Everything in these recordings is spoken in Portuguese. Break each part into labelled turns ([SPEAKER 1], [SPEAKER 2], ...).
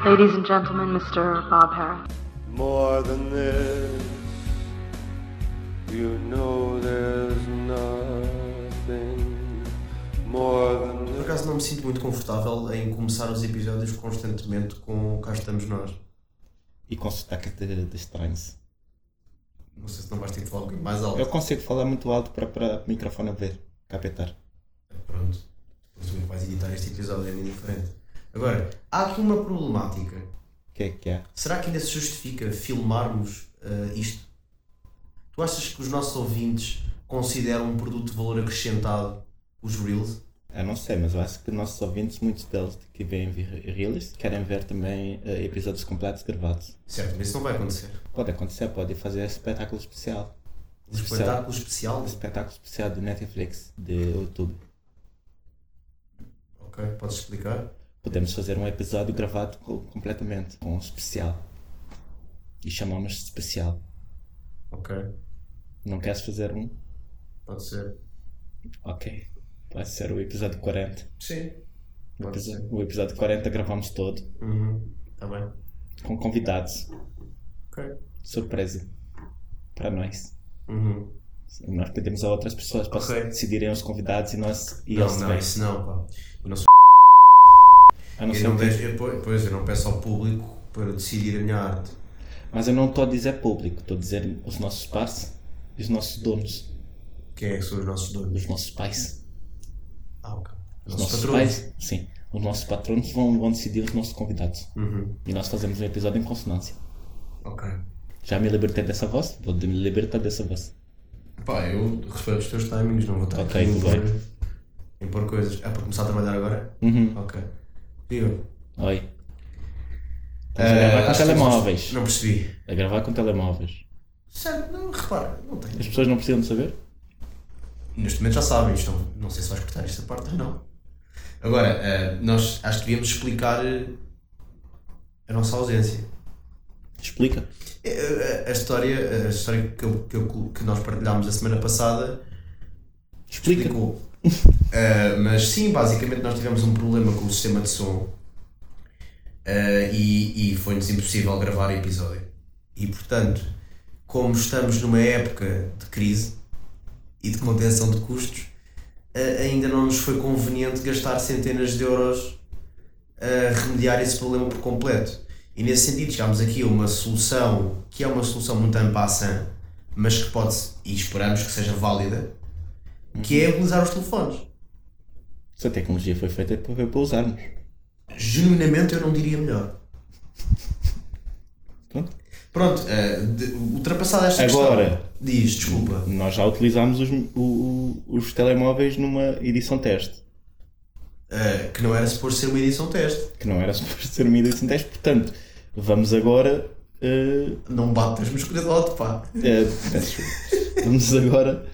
[SPEAKER 1] Ladies and gentlemen, Mr. Bob Harris.
[SPEAKER 2] More than this, you know there's nothing more than
[SPEAKER 3] Por
[SPEAKER 2] this.
[SPEAKER 3] acaso não me sinto muito confortável em começar os episódios constantemente com cá estamos nós.
[SPEAKER 4] e com sotaque de, de estranhos.
[SPEAKER 3] Não sei se não vais ter que falar um bocadinho mais alto.
[SPEAKER 4] Eu consigo falar muito alto para, para o microfone ver, captar.
[SPEAKER 3] Pronto. Depois como é que vais editar este episódio é meio diferente. Agora, há aqui uma problemática.
[SPEAKER 4] O que é que é?
[SPEAKER 3] Será que ainda se justifica filmarmos ah, isto? Tu achas que os nossos ouvintes consideram um produto de valor acrescentado os Reels?
[SPEAKER 4] Eu não sei, mas eu acho que nossos ouvintes, muitos deles que vêm ver reels, querem ver também eh, episódios completos gravados.
[SPEAKER 3] Certo, mas isso não vai acontecer.
[SPEAKER 4] Pode acontecer, pode fazer espetáculo especial.
[SPEAKER 3] Um espetáculo especial?
[SPEAKER 4] Espetáculo especial de Netflix, de YouTube.
[SPEAKER 3] Ok, podes explicar?
[SPEAKER 4] Podemos fazer um episódio gravado co- completamente, com um especial. E chamamos de especial.
[SPEAKER 3] Ok,
[SPEAKER 4] Não queres fazer um?
[SPEAKER 3] pode ser.
[SPEAKER 4] Ok. Vai ser o episódio 40.
[SPEAKER 3] Sim.
[SPEAKER 4] O
[SPEAKER 3] Pode
[SPEAKER 4] episo-
[SPEAKER 3] ser.
[SPEAKER 4] O episódio 40 gravamos todo.
[SPEAKER 3] Uhum. Tá bem.
[SPEAKER 4] com convidados.
[SPEAKER 3] Ok.
[SPEAKER 4] Surpresa. Para nós.
[SPEAKER 3] Uhum.
[SPEAKER 4] Nós pedimos a outras pessoas para
[SPEAKER 3] Ok.
[SPEAKER 4] decidirem os convidados e nós e
[SPEAKER 3] não,
[SPEAKER 4] eles
[SPEAKER 3] não,
[SPEAKER 4] também.
[SPEAKER 3] isso não, pá. Eu não sou.
[SPEAKER 4] A não
[SPEAKER 3] Eu
[SPEAKER 4] ser um
[SPEAKER 3] não
[SPEAKER 4] que-
[SPEAKER 3] peço, eu, po- pois, eu não peço ao público para decidir a minha arte.
[SPEAKER 4] Mas eu não estou a dizer público, estou a dizer os nossos pais e os nossos donos.
[SPEAKER 3] Quem é que são os nossos donos?
[SPEAKER 4] Os nossos pais.
[SPEAKER 3] Ah, ok.
[SPEAKER 4] Os nossos, pais. Sim. Os nossos patronos vão, vão decidir os nossos convidados.
[SPEAKER 3] Uhum.
[SPEAKER 4] E nós fazemos um episódio em consonância.
[SPEAKER 3] Ok.
[SPEAKER 4] Já me libertei dessa voz? Vou de- me libertar dessa voz.
[SPEAKER 3] Pá, eu respeito os teus timings, não vou estar
[SPEAKER 4] Ok,
[SPEAKER 3] aqui
[SPEAKER 4] tudo
[SPEAKER 3] a impor- impor coisas. É para começar a trabalhar agora?
[SPEAKER 4] Uhum.
[SPEAKER 3] Ok. Viva.
[SPEAKER 4] Oi. Estamos a gravar com
[SPEAKER 3] Eh, acho que
[SPEAKER 4] telemóveis.
[SPEAKER 3] Não percebi.
[SPEAKER 4] A gravar com telemóveis.
[SPEAKER 3] Sério, não, repara, não tenho.
[SPEAKER 4] As pessoas não precisam de saber?
[SPEAKER 3] Neste momento já sabem, isto não, não sei se vais cortar esta parte ou não. Agora, eh, nós acho que devíamos explicar eh, a nossa ausência.
[SPEAKER 4] Explica.
[SPEAKER 3] Eh, A, a história, a história que, eu- que eu- que nós partilhámos a semana passada
[SPEAKER 4] Explica.
[SPEAKER 3] explicou. Eh, mas sim, basicamente nós tivemos um problema com o sistema de som eh, e, e foi-nos impossível gravar episódio. E portanto, como estamos numa época de crise e de contenção de custos, eh, ainda não nos foi conveniente gastar centenas de euros a remediar esse problema por completo. E nesse sentido, chegámos aqui a uma solução que é uma solução muito en passant, mas que pode, e esperamos que seja válida, que
[SPEAKER 4] Uhum.
[SPEAKER 3] é utilizar os telefones.
[SPEAKER 4] Essa tecnologia foi feita para, para usarmos.
[SPEAKER 3] Genuinamente eu não diria melhor.
[SPEAKER 4] Pronto.
[SPEAKER 3] Pronto, eh, de- ultrapassada esta
[SPEAKER 4] Agora.
[SPEAKER 3] questão. Diz, desculpa.
[SPEAKER 4] Nós já utilizámos os, o- o- os telemóveis numa edição teste,
[SPEAKER 3] eh, que não era suposto ser uma edição teste.
[SPEAKER 4] que não era suposto ser uma edição teste, portanto, vamos agora. eh,
[SPEAKER 3] Não batas no escolha de alto, pá.
[SPEAKER 4] eh, peço desculpa. vamos agora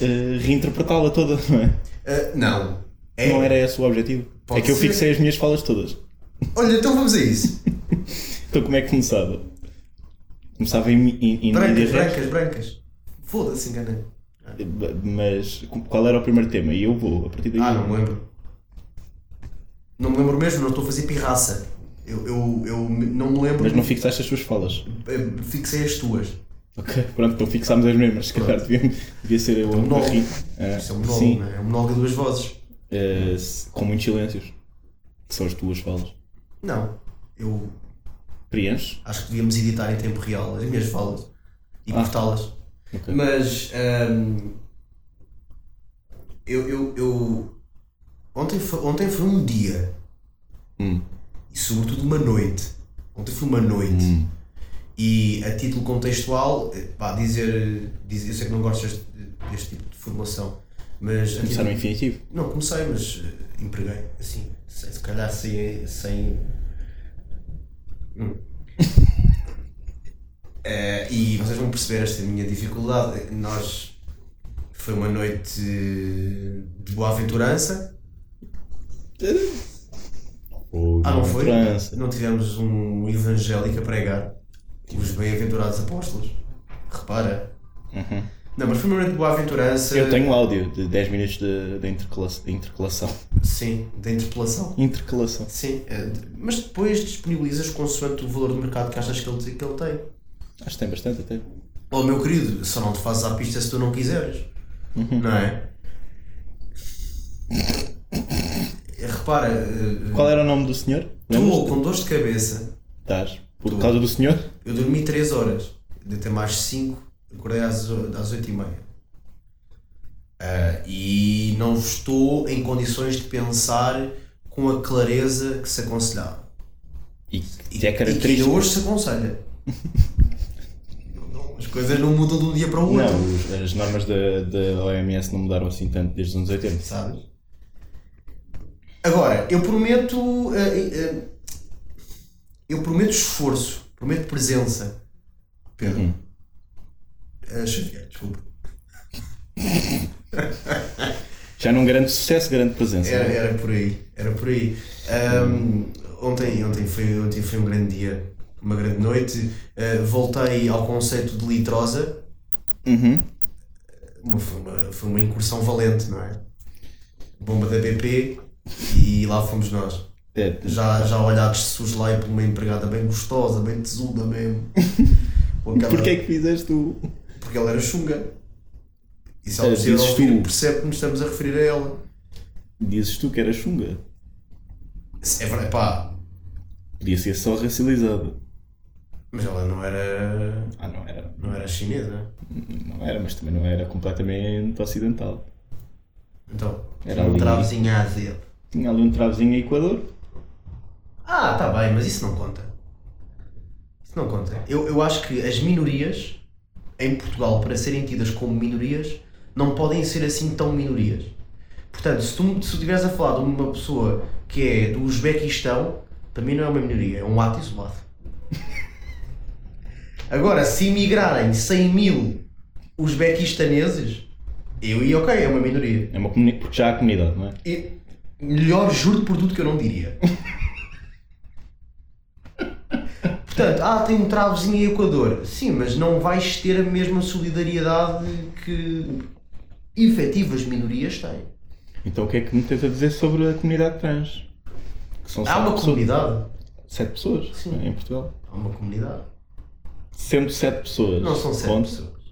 [SPEAKER 4] eh, reinterpretá-la toda, não é?
[SPEAKER 3] Eh, não. É.
[SPEAKER 4] Não era esse o objetivo.
[SPEAKER 3] Pode
[SPEAKER 4] é que eu
[SPEAKER 3] ser.
[SPEAKER 4] fixei as minhas falas todas.
[SPEAKER 3] Olha, então vamos a isso.
[SPEAKER 4] Então como é que começava? Começava em, em, em
[SPEAKER 3] Brancas,
[SPEAKER 4] mídia res-
[SPEAKER 3] brancas, brancas. Foda-se, enganei.
[SPEAKER 4] mas qual era o primeiro tema? E eu vou, a partir daí.
[SPEAKER 3] Ah, não me lembro. Não me lembro mesmo, não estou a fazer pirraça. Eu, eu, eu me- não me lembro.
[SPEAKER 4] Mas não fixaste as suas falas.
[SPEAKER 3] Eh, Fixei as tuas.
[SPEAKER 4] Ok, pronto, então fixámos as mesmas. Se calhar devia, devia ser eu
[SPEAKER 3] um
[SPEAKER 4] a
[SPEAKER 3] monólogo.
[SPEAKER 4] rir. Ah,
[SPEAKER 3] Isso é um monólogo,
[SPEAKER 4] sim,
[SPEAKER 3] não é? É um monólogo a duas vozes.
[SPEAKER 4] Ah, se- com muitos silêncios. Que são as tuas falas.
[SPEAKER 3] Não. Eu
[SPEAKER 4] Preenches?
[SPEAKER 3] acho que devíamos editar em tempo real as minhas falas e
[SPEAKER 4] Ah.
[SPEAKER 3] cortá-las.
[SPEAKER 4] Ok.
[SPEAKER 3] Mas hum, eu, eu, eu- ontem, foi, ontem foi um dia
[SPEAKER 4] Hum.
[SPEAKER 3] e sobretudo uma noite. Ontem foi uma noite.
[SPEAKER 4] Hum.
[SPEAKER 3] E a título contextual, eh, pá, dizer, dizer. Eu sei que não gostas de- deste tipo de formulação, mas. a
[SPEAKER 4] Começar no
[SPEAKER 3] título-
[SPEAKER 4] infinitivo.
[SPEAKER 3] não, comecei, mas eh, empreguei, assim, se, se calhar sem. sem... Hum. Eh, e vocês vão perceber esta minha dificuldade. Nós. Foi uma noite eh, de boa aventurança. Ah, não foi?
[SPEAKER 4] França.
[SPEAKER 3] Não tivemos um evangélico a pregar. Os bem-aventurados apóstolos. Repara.
[SPEAKER 4] Uhum.
[SPEAKER 3] Não, mas foi um momento de boa aventurança.
[SPEAKER 4] Eu tenho um áudio de 10 minutos de, de intercala- de intercalação.
[SPEAKER 3] Sim, da interpelação.
[SPEAKER 4] Intercalação.
[SPEAKER 3] Sim, eh, de- mas depois disponibilizas consoante o valor de mercado que achas que ele, que ele tem.
[SPEAKER 4] Acho que tem bastante até.
[SPEAKER 3] Oh, meu querido, só não te fazes à pista se tu não quiseres. Não é? Repara, eh,
[SPEAKER 4] Qual era o nome do senhor?
[SPEAKER 3] tu
[SPEAKER 4] Lembras?
[SPEAKER 3] com dor de cabeça,
[SPEAKER 4] Estás. Por causa do senhor?
[SPEAKER 3] eu dormi 3 horas, de até mais 5, acordei às, o- às 8 e meia. Ah, e não estou em condições de pensar com a clareza que se aconselhava.
[SPEAKER 4] E
[SPEAKER 3] E-
[SPEAKER 4] que é
[SPEAKER 3] E que
[SPEAKER 4] característico.
[SPEAKER 3] hoje se aconselha. Não, não, As coisas não mudam de um dia para o outro.
[SPEAKER 4] Não, os- as normas da, da OMS não mudaram assim tanto desde os anos 80.
[SPEAKER 3] sabes? Agora, eu prometo. eh, eh, eu prometo esforço, prometo presença. Pedro.
[SPEAKER 4] Uhum.
[SPEAKER 3] Eh, Xavier, desculpa.
[SPEAKER 4] Já num grande sucesso, grande presença.
[SPEAKER 3] Era,
[SPEAKER 4] não é?
[SPEAKER 3] era por aí, era por aí. Ahm, ontem, ontem, foi, ontem foi um grande dia, uma grande noite. Eh, voltei ao conceito de litrosa.
[SPEAKER 4] Uhum.
[SPEAKER 3] Uma- foi, uma, foi uma incursão valente, não é? Bomba da BP e lá fomos nós.
[SPEAKER 4] É, t-
[SPEAKER 3] Já, já olhados sujos lá e por uma empregada bem gostosa, bem tesuda mesmo. Com aquela-
[SPEAKER 4] Porquê é que fizeste o.
[SPEAKER 3] Porque ela era chunga. E se ela
[SPEAKER 4] Eh,
[SPEAKER 3] precisa
[SPEAKER 4] dizes
[SPEAKER 3] ouvir,
[SPEAKER 4] tu.
[SPEAKER 3] percebe que nos estamos a referir a ela.
[SPEAKER 4] Dizes tu que era chunga.
[SPEAKER 3] É verdade, pá.
[SPEAKER 4] Podia ser só racializado.
[SPEAKER 3] Mas ela não era.
[SPEAKER 4] Ah, não era.
[SPEAKER 3] não era chinesa.
[SPEAKER 4] Não era, mas também não era completamente ocidental.
[SPEAKER 3] Então,
[SPEAKER 4] Era
[SPEAKER 3] tinha um
[SPEAKER 4] ali.
[SPEAKER 3] travozinho a dizer.
[SPEAKER 4] Tinha ali um travezinho a Equador.
[SPEAKER 3] Ah, tá bem, mas isso não conta. Isso não conta. Eu, eu acho que as minorias em Portugal, para serem tidas como minorias, não podem ser assim tão minorias. Portanto, se tu se tu estiveres a falar de uma pessoa que é do Uzbequistão, para mim não é uma minoria, é um ato isolado. Agora, se emigrarem 100 mil uzbequistaneses, eu ia, ok, é uma minoria.
[SPEAKER 4] É uma comuni- Porque já há comunidade, não é?
[SPEAKER 3] E melhor juro de produto que eu não diria. Portanto, ah, tem um travozinho em Equador. Sim, mas não vais ter a mesma solidariedade que efetivas minorias têm.
[SPEAKER 4] Então o que é que me tens a dizer sobre a comunidade trans? Que são
[SPEAKER 3] Há
[SPEAKER 4] sete
[SPEAKER 3] uma
[SPEAKER 4] pessoas-
[SPEAKER 3] comunidade.
[SPEAKER 4] Sete pessoas
[SPEAKER 3] Sim.
[SPEAKER 4] em Portugal.
[SPEAKER 3] Há uma comunidade.
[SPEAKER 4] Sendo sete pessoas.
[SPEAKER 3] Não são sete
[SPEAKER 4] onde-
[SPEAKER 3] pessoas.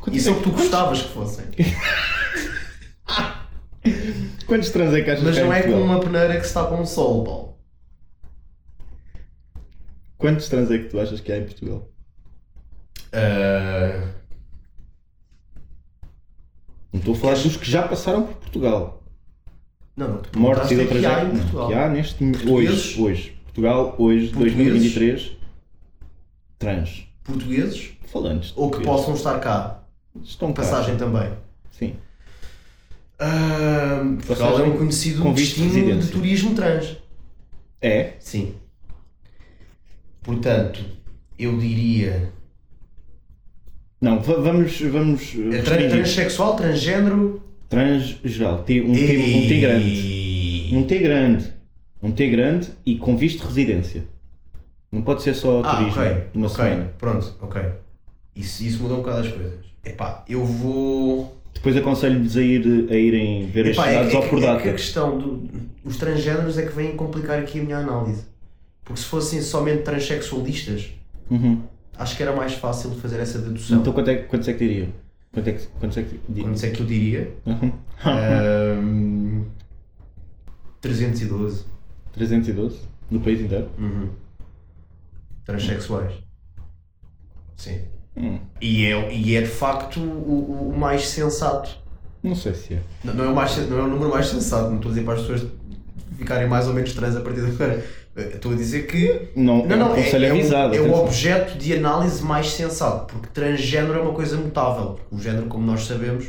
[SPEAKER 4] Quantos,
[SPEAKER 3] Isso é o que tu
[SPEAKER 4] quantos-
[SPEAKER 3] gostavas que fossem.
[SPEAKER 4] Quantos trans é que achas
[SPEAKER 3] Mas
[SPEAKER 4] que há
[SPEAKER 3] não
[SPEAKER 4] em
[SPEAKER 3] é com
[SPEAKER 4] Portugal?
[SPEAKER 3] uma peneira que se tapa um sol, Paulo.
[SPEAKER 4] Quantos trans é que tu achas que há em Portugal? Ah, Não estou a falar dos que já passaram por Portugal.
[SPEAKER 3] Não, não, tu
[SPEAKER 4] Mortes e
[SPEAKER 3] perguntaste é
[SPEAKER 4] outras
[SPEAKER 3] que há em
[SPEAKER 4] não,
[SPEAKER 3] Portugal.
[SPEAKER 4] Que há neste
[SPEAKER 3] Portugueses?
[SPEAKER 4] hoje, hoje. Portugal hoje,
[SPEAKER 3] Portugueses?
[SPEAKER 4] 2023. Trans.
[SPEAKER 3] Portugueses
[SPEAKER 4] Falantes. de
[SPEAKER 3] ou que
[SPEAKER 4] português.
[SPEAKER 3] possam estar cá.
[SPEAKER 4] Estão cá.
[SPEAKER 3] Passagem também.
[SPEAKER 4] Sim.
[SPEAKER 3] Ahm, Portugal é
[SPEAKER 4] Passagem
[SPEAKER 3] um conhecido
[SPEAKER 4] com visto de
[SPEAKER 3] destino de
[SPEAKER 4] residência.
[SPEAKER 3] turismo trans.
[SPEAKER 4] É.
[SPEAKER 3] Sim. Portanto, eu diria.
[SPEAKER 4] Não, va- vamos. vamos
[SPEAKER 3] É
[SPEAKER 4] eh,
[SPEAKER 3] tran-
[SPEAKER 4] restringir.
[SPEAKER 3] transexual, transgênero.
[SPEAKER 4] Trans geral. Ti- Um, ti- um T grande. Um T grande. Um T grande e com visto de residência. Não pode ser só
[SPEAKER 3] Ah,
[SPEAKER 4] turismo.
[SPEAKER 3] ok.
[SPEAKER 4] de Uma
[SPEAKER 3] ok.
[SPEAKER 4] semana.
[SPEAKER 3] Pronto, ok. Isso, isso muda um bocado as coisas. Epá, eu vou.
[SPEAKER 4] Depois aconselho-lhes a, ir, a irem ver as
[SPEAKER 3] Epá, é,
[SPEAKER 4] cidades
[SPEAKER 3] que- é
[SPEAKER 4] ao por
[SPEAKER 3] que- é
[SPEAKER 4] data.
[SPEAKER 3] que a questão do- dos transgêneros é que vem complicar aqui a minha análise. Porque se fossem somente transexualistas,
[SPEAKER 4] Uhum.
[SPEAKER 3] acho que era mais fácil de fazer essa dedução.
[SPEAKER 4] Então quanto é, que- quantos é que diriam? Quanto é que, quantos é que di-
[SPEAKER 3] Quantos é que eu diria?
[SPEAKER 4] Uhum.
[SPEAKER 3] Ahm, 312.
[SPEAKER 4] 312? No país inteiro?
[SPEAKER 3] Uhum. Transsexuais. Sim.
[SPEAKER 4] Hum,
[SPEAKER 3] E é, e é de facto o, o- o mais sensato.
[SPEAKER 4] Não sei se é.
[SPEAKER 3] Não, não é o mais, sen- não é o número mais sensato, não estou a dizer para as pessoas ficarem mais ou menos trans a partir de agora. Eh, Estou a dizer que.
[SPEAKER 4] Não,
[SPEAKER 3] Não,
[SPEAKER 4] é um
[SPEAKER 3] não, é,
[SPEAKER 4] conselho
[SPEAKER 3] é o-
[SPEAKER 4] avisado.
[SPEAKER 3] é o
[SPEAKER 4] atenção.
[SPEAKER 3] objeto de análise mais sensato, porque transgénero é uma coisa mutável. O género, como nós sabemos,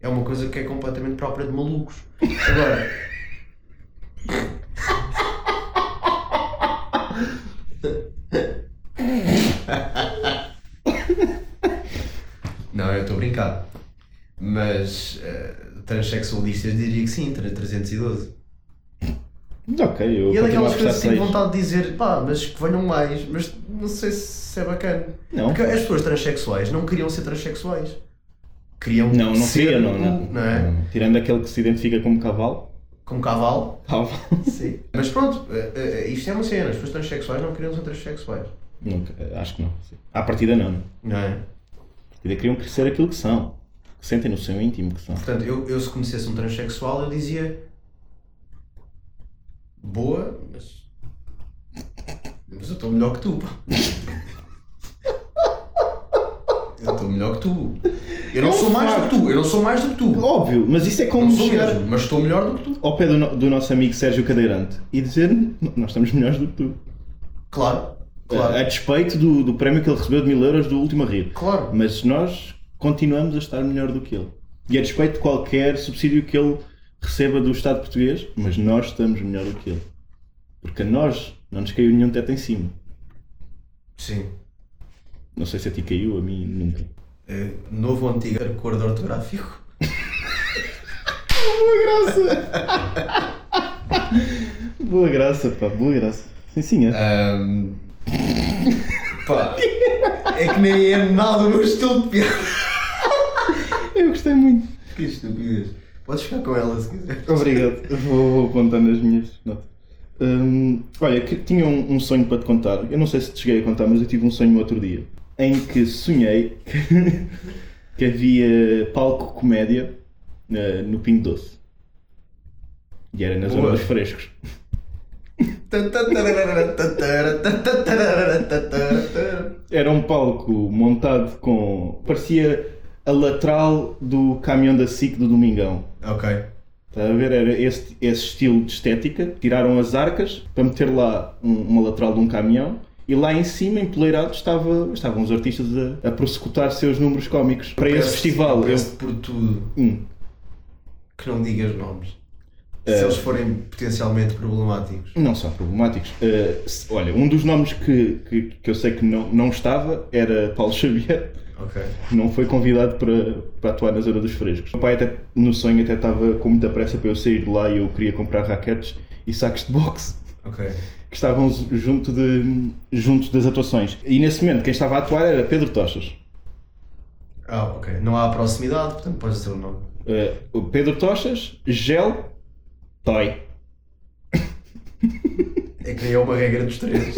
[SPEAKER 3] é uma coisa que é completamente própria de malucos. Agora. Não, eu estou a brincar. Mas eh, transexualistas diria que sim, tra- 312.
[SPEAKER 4] Mas ok, eu
[SPEAKER 3] E é
[SPEAKER 4] continuo a
[SPEAKER 3] daquelas coisas
[SPEAKER 4] gostar de
[SPEAKER 3] que tenho
[SPEAKER 4] seis.
[SPEAKER 3] vontade de dizer, pá, mas que venham mais, mas não sei se é bacana.
[SPEAKER 4] Não.
[SPEAKER 3] Porque as pessoas transexuais não queriam ser transexuais. Queriam
[SPEAKER 4] Não, não
[SPEAKER 3] ser
[SPEAKER 4] seria, não,
[SPEAKER 3] o-
[SPEAKER 4] não.
[SPEAKER 3] é?
[SPEAKER 4] Não. Tirando aquele que se identifica como cavalo.
[SPEAKER 3] Como cavalo.
[SPEAKER 4] Cavalo.
[SPEAKER 3] Sim. Mas pronto, eh, eh, isto é uma cena. As pessoas transexuais não queriam ser transexuais.
[SPEAKER 4] Nunca, acho que não. Sim. À partida não, não.
[SPEAKER 3] Não é?
[SPEAKER 4] À partida queriam ser aquilo que são. Que sentem no seu íntimo que são.
[SPEAKER 3] Portanto, eu, eu se conhecesse um transexual, eu dizia. Boa, mas. Mas eu estou melhor que tu, pá. Eu estou melhor que tu. Eu não
[SPEAKER 4] É um
[SPEAKER 3] sou mais do
[SPEAKER 4] facto.
[SPEAKER 3] que tu, eu não sou mais do que tu.
[SPEAKER 4] Óbvio, mas isso é como
[SPEAKER 3] Não sou
[SPEAKER 4] chegar
[SPEAKER 3] mesmo, mas estou melhor do que tu.
[SPEAKER 4] ao pé do, no- do nosso amigo Sérgio Cadeirante e dizer nós estamos melhores do que tu.
[SPEAKER 3] Claro, claro.
[SPEAKER 4] A, a despeito do, do prémio que ele recebeu de mil euros do último a rir.
[SPEAKER 3] Claro.
[SPEAKER 4] Mas nós continuamos a estar melhor do que ele. E a despeito de qualquer subsídio que ele receba do Estado português, mas nós estamos melhor do que ele. Porque a nós não nos caiu nenhum teto em cima.
[SPEAKER 3] Sim.
[SPEAKER 4] Não sei se a ti caiu, a mim nunca.
[SPEAKER 3] Eh, novo ou antigo acordo ortográfico.
[SPEAKER 4] Boa graça, pá, boa graça. Sim, sim, é.
[SPEAKER 3] Ahm, Pá. É que nem é nada o meu estilo de piada.
[SPEAKER 4] Eu gostei muito.
[SPEAKER 3] Que estupidez. Podes ficar com ela se quiser.
[SPEAKER 4] Obrigado. Vou, vou apontar nas minhas notas. Hum, olha, que- tinha um, um sonho para te contar. Eu não sei se te cheguei a contar, mas eu tive um sonho outro dia em que sonhei que, que havia palco comédia eh, no Pingo Doce. E era na zona
[SPEAKER 3] Boa.
[SPEAKER 4] dos frescos. Era um palco montado com. parecia a lateral do caminhão da SIC do Domingão.
[SPEAKER 3] ok.
[SPEAKER 4] Está a ver? Era esse, esse estilo de estética. Tiraram as arcas para meter lá um- uma lateral de um caminhão. E lá em cima, empoleirado, estava, estavam os artistas a, a prossecutar seus números cómicos para esse festival. Eu,
[SPEAKER 3] Peço por tudo
[SPEAKER 4] Hum. É.
[SPEAKER 3] que não digas nomes. Se eles forem potencialmente problemáticos.
[SPEAKER 4] não são problemáticos. Uh, se- olha, um dos nomes que, que, que eu sei que não, não estava era Paulo Xavier.
[SPEAKER 3] Ok.
[SPEAKER 4] não foi convidado para, para atuar na Zona dos Frescos. O meu pai até, no sonho até estava com muita pressa para eu sair de lá e eu queria comprar raquetes e sacos de boxe
[SPEAKER 3] Ok.
[SPEAKER 4] que estavam z- junto, de, junto das atuações. E nesse momento quem estava a atuar era Pedro Tochas.
[SPEAKER 3] Ah, ok. Não há proximidade, portanto podes dizer o nome.
[SPEAKER 4] Eh, o Pedro Tochas, Gel, Toy.
[SPEAKER 3] É que nem é uma regra dos três.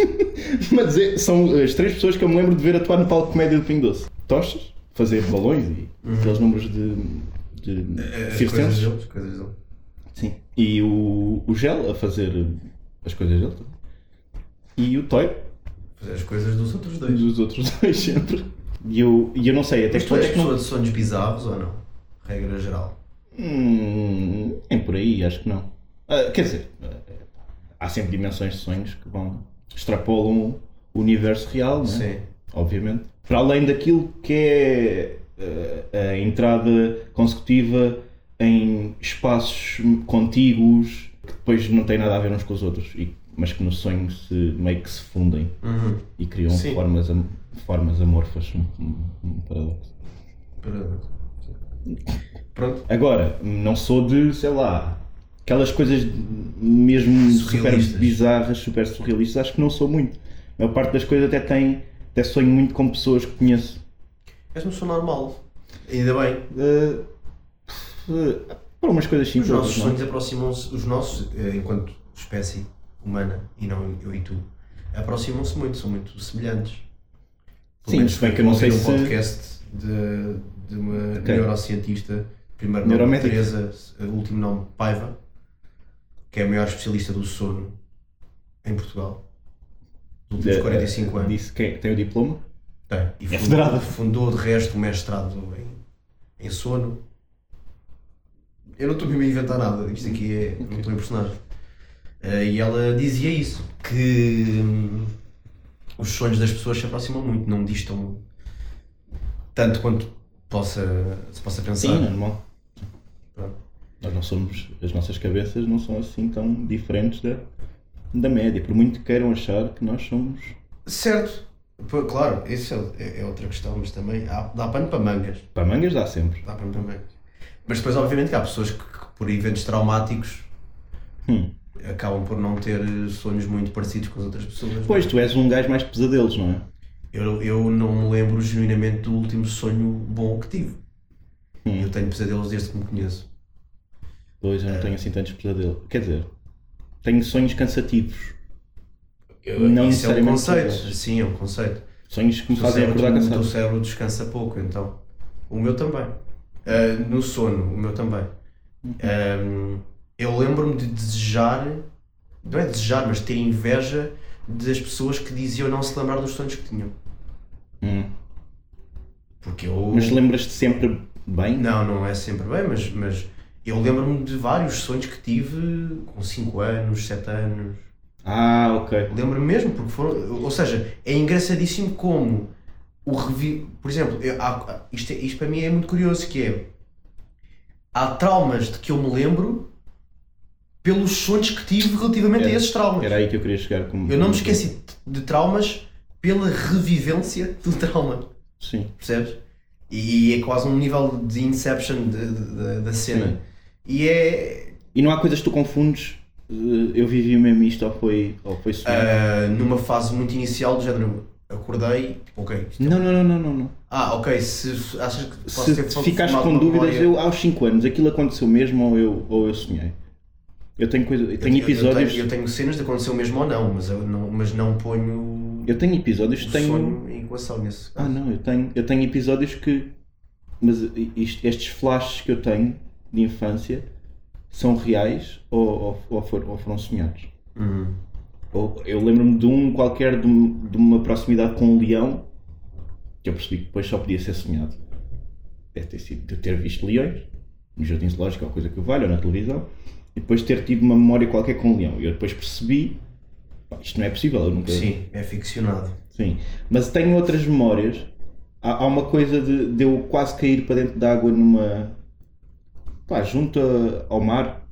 [SPEAKER 4] Mas é- são as três pessoas que eu me lembro de ver atuar no palco de comédia do Pingo Doce. Tochas, fazer balões e aqueles números de... de circenses.
[SPEAKER 3] Eh, coisas deles, coisas deles.
[SPEAKER 4] Sim. E o, o gel a fazer as coisas dele. também. E o Toy
[SPEAKER 3] Fazer é as coisas dos outros dois.
[SPEAKER 4] dos outros dois sempre. E eu, e eu não sei até
[SPEAKER 3] Mas
[SPEAKER 4] que
[SPEAKER 3] tu és
[SPEAKER 4] ponto é que não.
[SPEAKER 3] pessoa de sonhos bizarros ou não? Regra geral.
[SPEAKER 4] Hum, é por aí, acho que não. Ah, quer dizer, ah, há sempre dimensões de sonhos que vão. extrapolam o universo real, não é? obviamente. Para além daquilo que é eh, a entrada consecutiva em espaços contíguos que depois não têm nada a ver uns com os outros, e- mas que no sonho se, meio que se fundem
[SPEAKER 3] Uhum.
[SPEAKER 4] e criam
[SPEAKER 3] Sim.
[SPEAKER 4] formas, am- formas amorfas. Um, um- um paradoxo.
[SPEAKER 3] Pronto. Pronto.
[SPEAKER 4] Agora, não sou de, sei lá, aquelas coisas de- mesmo super
[SPEAKER 3] Surrealistas.
[SPEAKER 4] bizarras, super surrealistas, acho que não sou muito. A maior parte das coisas até tem, até sonho muito com pessoas que conheço.
[SPEAKER 3] És uma pessoa normal. Ainda bem.
[SPEAKER 4] Uh, uh, para umas coisas
[SPEAKER 3] Os
[SPEAKER 4] simples.
[SPEAKER 3] nossos
[SPEAKER 4] não? é?
[SPEAKER 3] sonhos aproximam-se, os nossos, eh, enquanto espécie humana, e não eu e tu, aproximam-se muito, são muito semelhantes. Pelo
[SPEAKER 4] Sim,
[SPEAKER 3] menos
[SPEAKER 4] se bem que eu não
[SPEAKER 3] ouvir
[SPEAKER 4] sei
[SPEAKER 3] um
[SPEAKER 4] se-
[SPEAKER 3] podcast de, de uma
[SPEAKER 4] Ok.
[SPEAKER 3] neurocientista, primeiro nome
[SPEAKER 4] Neuromédica.
[SPEAKER 3] Teresa, eh, último nome Paiva, que é a maior especialista do sono em Portugal, dos últimos
[SPEAKER 4] De-
[SPEAKER 3] 45 anos.
[SPEAKER 4] Disse que tem o diploma.
[SPEAKER 3] Tem. E
[SPEAKER 4] É federada.
[SPEAKER 3] fundou de resto o mestrado em, em sono. Eu não estou mesmo a inventar nada, isto aqui é. não estou a impressionar. Eh, e ela dizia isso, que hum, os sonhos das pessoas se aproximam muito, não distam tanto quanto possa, se possa pensar.
[SPEAKER 4] Sim, é? normal.
[SPEAKER 3] Pronto.
[SPEAKER 4] Nós não somos, as nossas cabeças não são assim tão diferentes da, da média, por muito que queiram achar que nós somos.
[SPEAKER 3] Certo, Pô, claro, isso é, é- é outra questão, mas também há- dá pano para mangas.
[SPEAKER 4] Para mangas dá sempre.
[SPEAKER 3] Dá pano para mangas. Mas depois, obviamente, que há pessoas que, que por eventos traumáticos
[SPEAKER 4] Hum.
[SPEAKER 3] acabam por não ter sonhos muito parecidos com as outras pessoas. não é?
[SPEAKER 4] Pois, tu és um gajo mais de pesadelos, não é?
[SPEAKER 3] Eu, eu não me lembro genuinamente do último sonho bom que tive.
[SPEAKER 4] Hum.
[SPEAKER 3] Eu tenho pesadelos desde que me conheço.
[SPEAKER 4] Pois, eu não
[SPEAKER 3] É.
[SPEAKER 4] tenho assim tantos pesadelos. Quer dizer, tenho sonhos cansativos.
[SPEAKER 3] Eu-
[SPEAKER 4] Não
[SPEAKER 3] Isso é um
[SPEAKER 4] necessariamente
[SPEAKER 3] conceito.
[SPEAKER 4] pesadelos.
[SPEAKER 3] Sim, é um conceito.
[SPEAKER 4] Sonhos que me
[SPEAKER 3] O
[SPEAKER 4] fazem
[SPEAKER 3] cérebro-
[SPEAKER 4] acordar
[SPEAKER 3] O teu
[SPEAKER 4] cansado.
[SPEAKER 3] cérebro descansa pouco, então. O meu também. Ah, no sono, o meu também. Ah, eu lembro-me de desejar, não é desejar, mas ter inveja das pessoas que diziam não se lembrar dos sonhos que tinham.
[SPEAKER 4] Hum.
[SPEAKER 3] Porque eu.
[SPEAKER 4] Mas lembras-te sempre bem?
[SPEAKER 3] Não, não é sempre bem, mas, mas eu lembro-me de vários sonhos que tive com 5 anos, 7 anos.
[SPEAKER 4] Ah, ok.
[SPEAKER 3] Lembro-me mesmo, porque foram. Ou seja, é engraçadíssimo como o revi. Por exemplo, eu- há- isto, é- isto para mim é muito curioso, que é. Há traumas de que eu me lembro pelos sonhos que tive relativamente
[SPEAKER 4] Era-
[SPEAKER 3] a esses traumas.
[SPEAKER 4] É, Era aí que eu queria chegar. Como...
[SPEAKER 3] Eu não me esqueci de traumas pela revivência do trauma,
[SPEAKER 4] Sim.
[SPEAKER 3] percebes? E é quase um nível de inception de- de- de- da cena.
[SPEAKER 4] Sim.
[SPEAKER 3] E é.
[SPEAKER 4] E não há coisas que tu confundes? eh, Eu vivi mesmo isto ou foi, ou foi sonhado?
[SPEAKER 3] ah, numa fase muito inicial do género. Acordei, ok, isto
[SPEAKER 4] Não, não, não, não, não. não.
[SPEAKER 3] Ah, ok. Se se achas que posso
[SPEAKER 4] se
[SPEAKER 3] ter
[SPEAKER 4] te ficares com dúvidas, eu aos 5 anos, aquilo aconteceu mesmo ou eu, ou eu sonhei? Eu tenho, coisa, eu tenho
[SPEAKER 3] Eu
[SPEAKER 4] episódios.
[SPEAKER 3] tenho, eu tenho cenas de acontecer o mesmo ou não, mas eu não, mas não ponho
[SPEAKER 4] Eu tenho episódios que
[SPEAKER 3] o
[SPEAKER 4] tenho.
[SPEAKER 3] um sonho em equação nesse
[SPEAKER 4] Ah
[SPEAKER 3] caso.
[SPEAKER 4] não, eu tenho, eu tenho episódios que. Mas isto- estes flashes que eu tenho de infância são reais ou, ou, ou for- ou foram sonhados?
[SPEAKER 3] Uhum.
[SPEAKER 4] Ou- eu lembro-me de um qualquer de, um- de uma proximidade com um leão que eu percebi que depois só podia ser sonhado. Deve ter sido de eu ter visto leões no jardim zoológico ou coisa que eu valho, ou na televisão, e depois ter tido uma memória qualquer com um leão. E eu depois percebi, "Pá, isto não é possível, eu nunca,
[SPEAKER 3] Sim, é ficcionado.
[SPEAKER 4] Sim, mas tenho outras memórias. Há, há uma coisa de, de eu quase cair para dentro de água numa. pá, junto a- ao mar,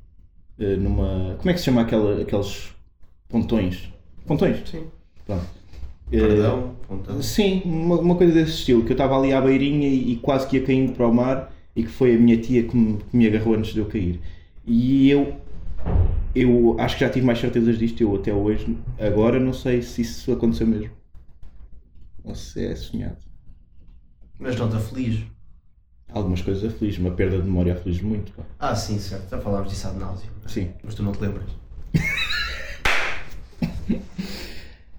[SPEAKER 4] eh, numa. como é que se chama aquela, aqueles pontões? Pontões?
[SPEAKER 3] Sim.
[SPEAKER 4] Pronto. Eh,
[SPEAKER 3] Perdão, pontão.
[SPEAKER 4] Sim, uma, uma coisa desse estilo, que eu estava ali à beirinha e, e quase que ia caindo para o mar e que foi a minha tia que me, que me agarrou antes de eu cair. E eu, eu acho que já tive mais certezas disto, eu até hoje, agora não sei se isso aconteceu mesmo. Ou se é sonhado.
[SPEAKER 3] Mas não está feliz.
[SPEAKER 4] Algumas coisas aflige, uma perda de memória aflige muito. pá.
[SPEAKER 3] Ah, sim, certo. Já falámos disso ad náusea.
[SPEAKER 4] Sim.
[SPEAKER 3] Mas tu não te lembras.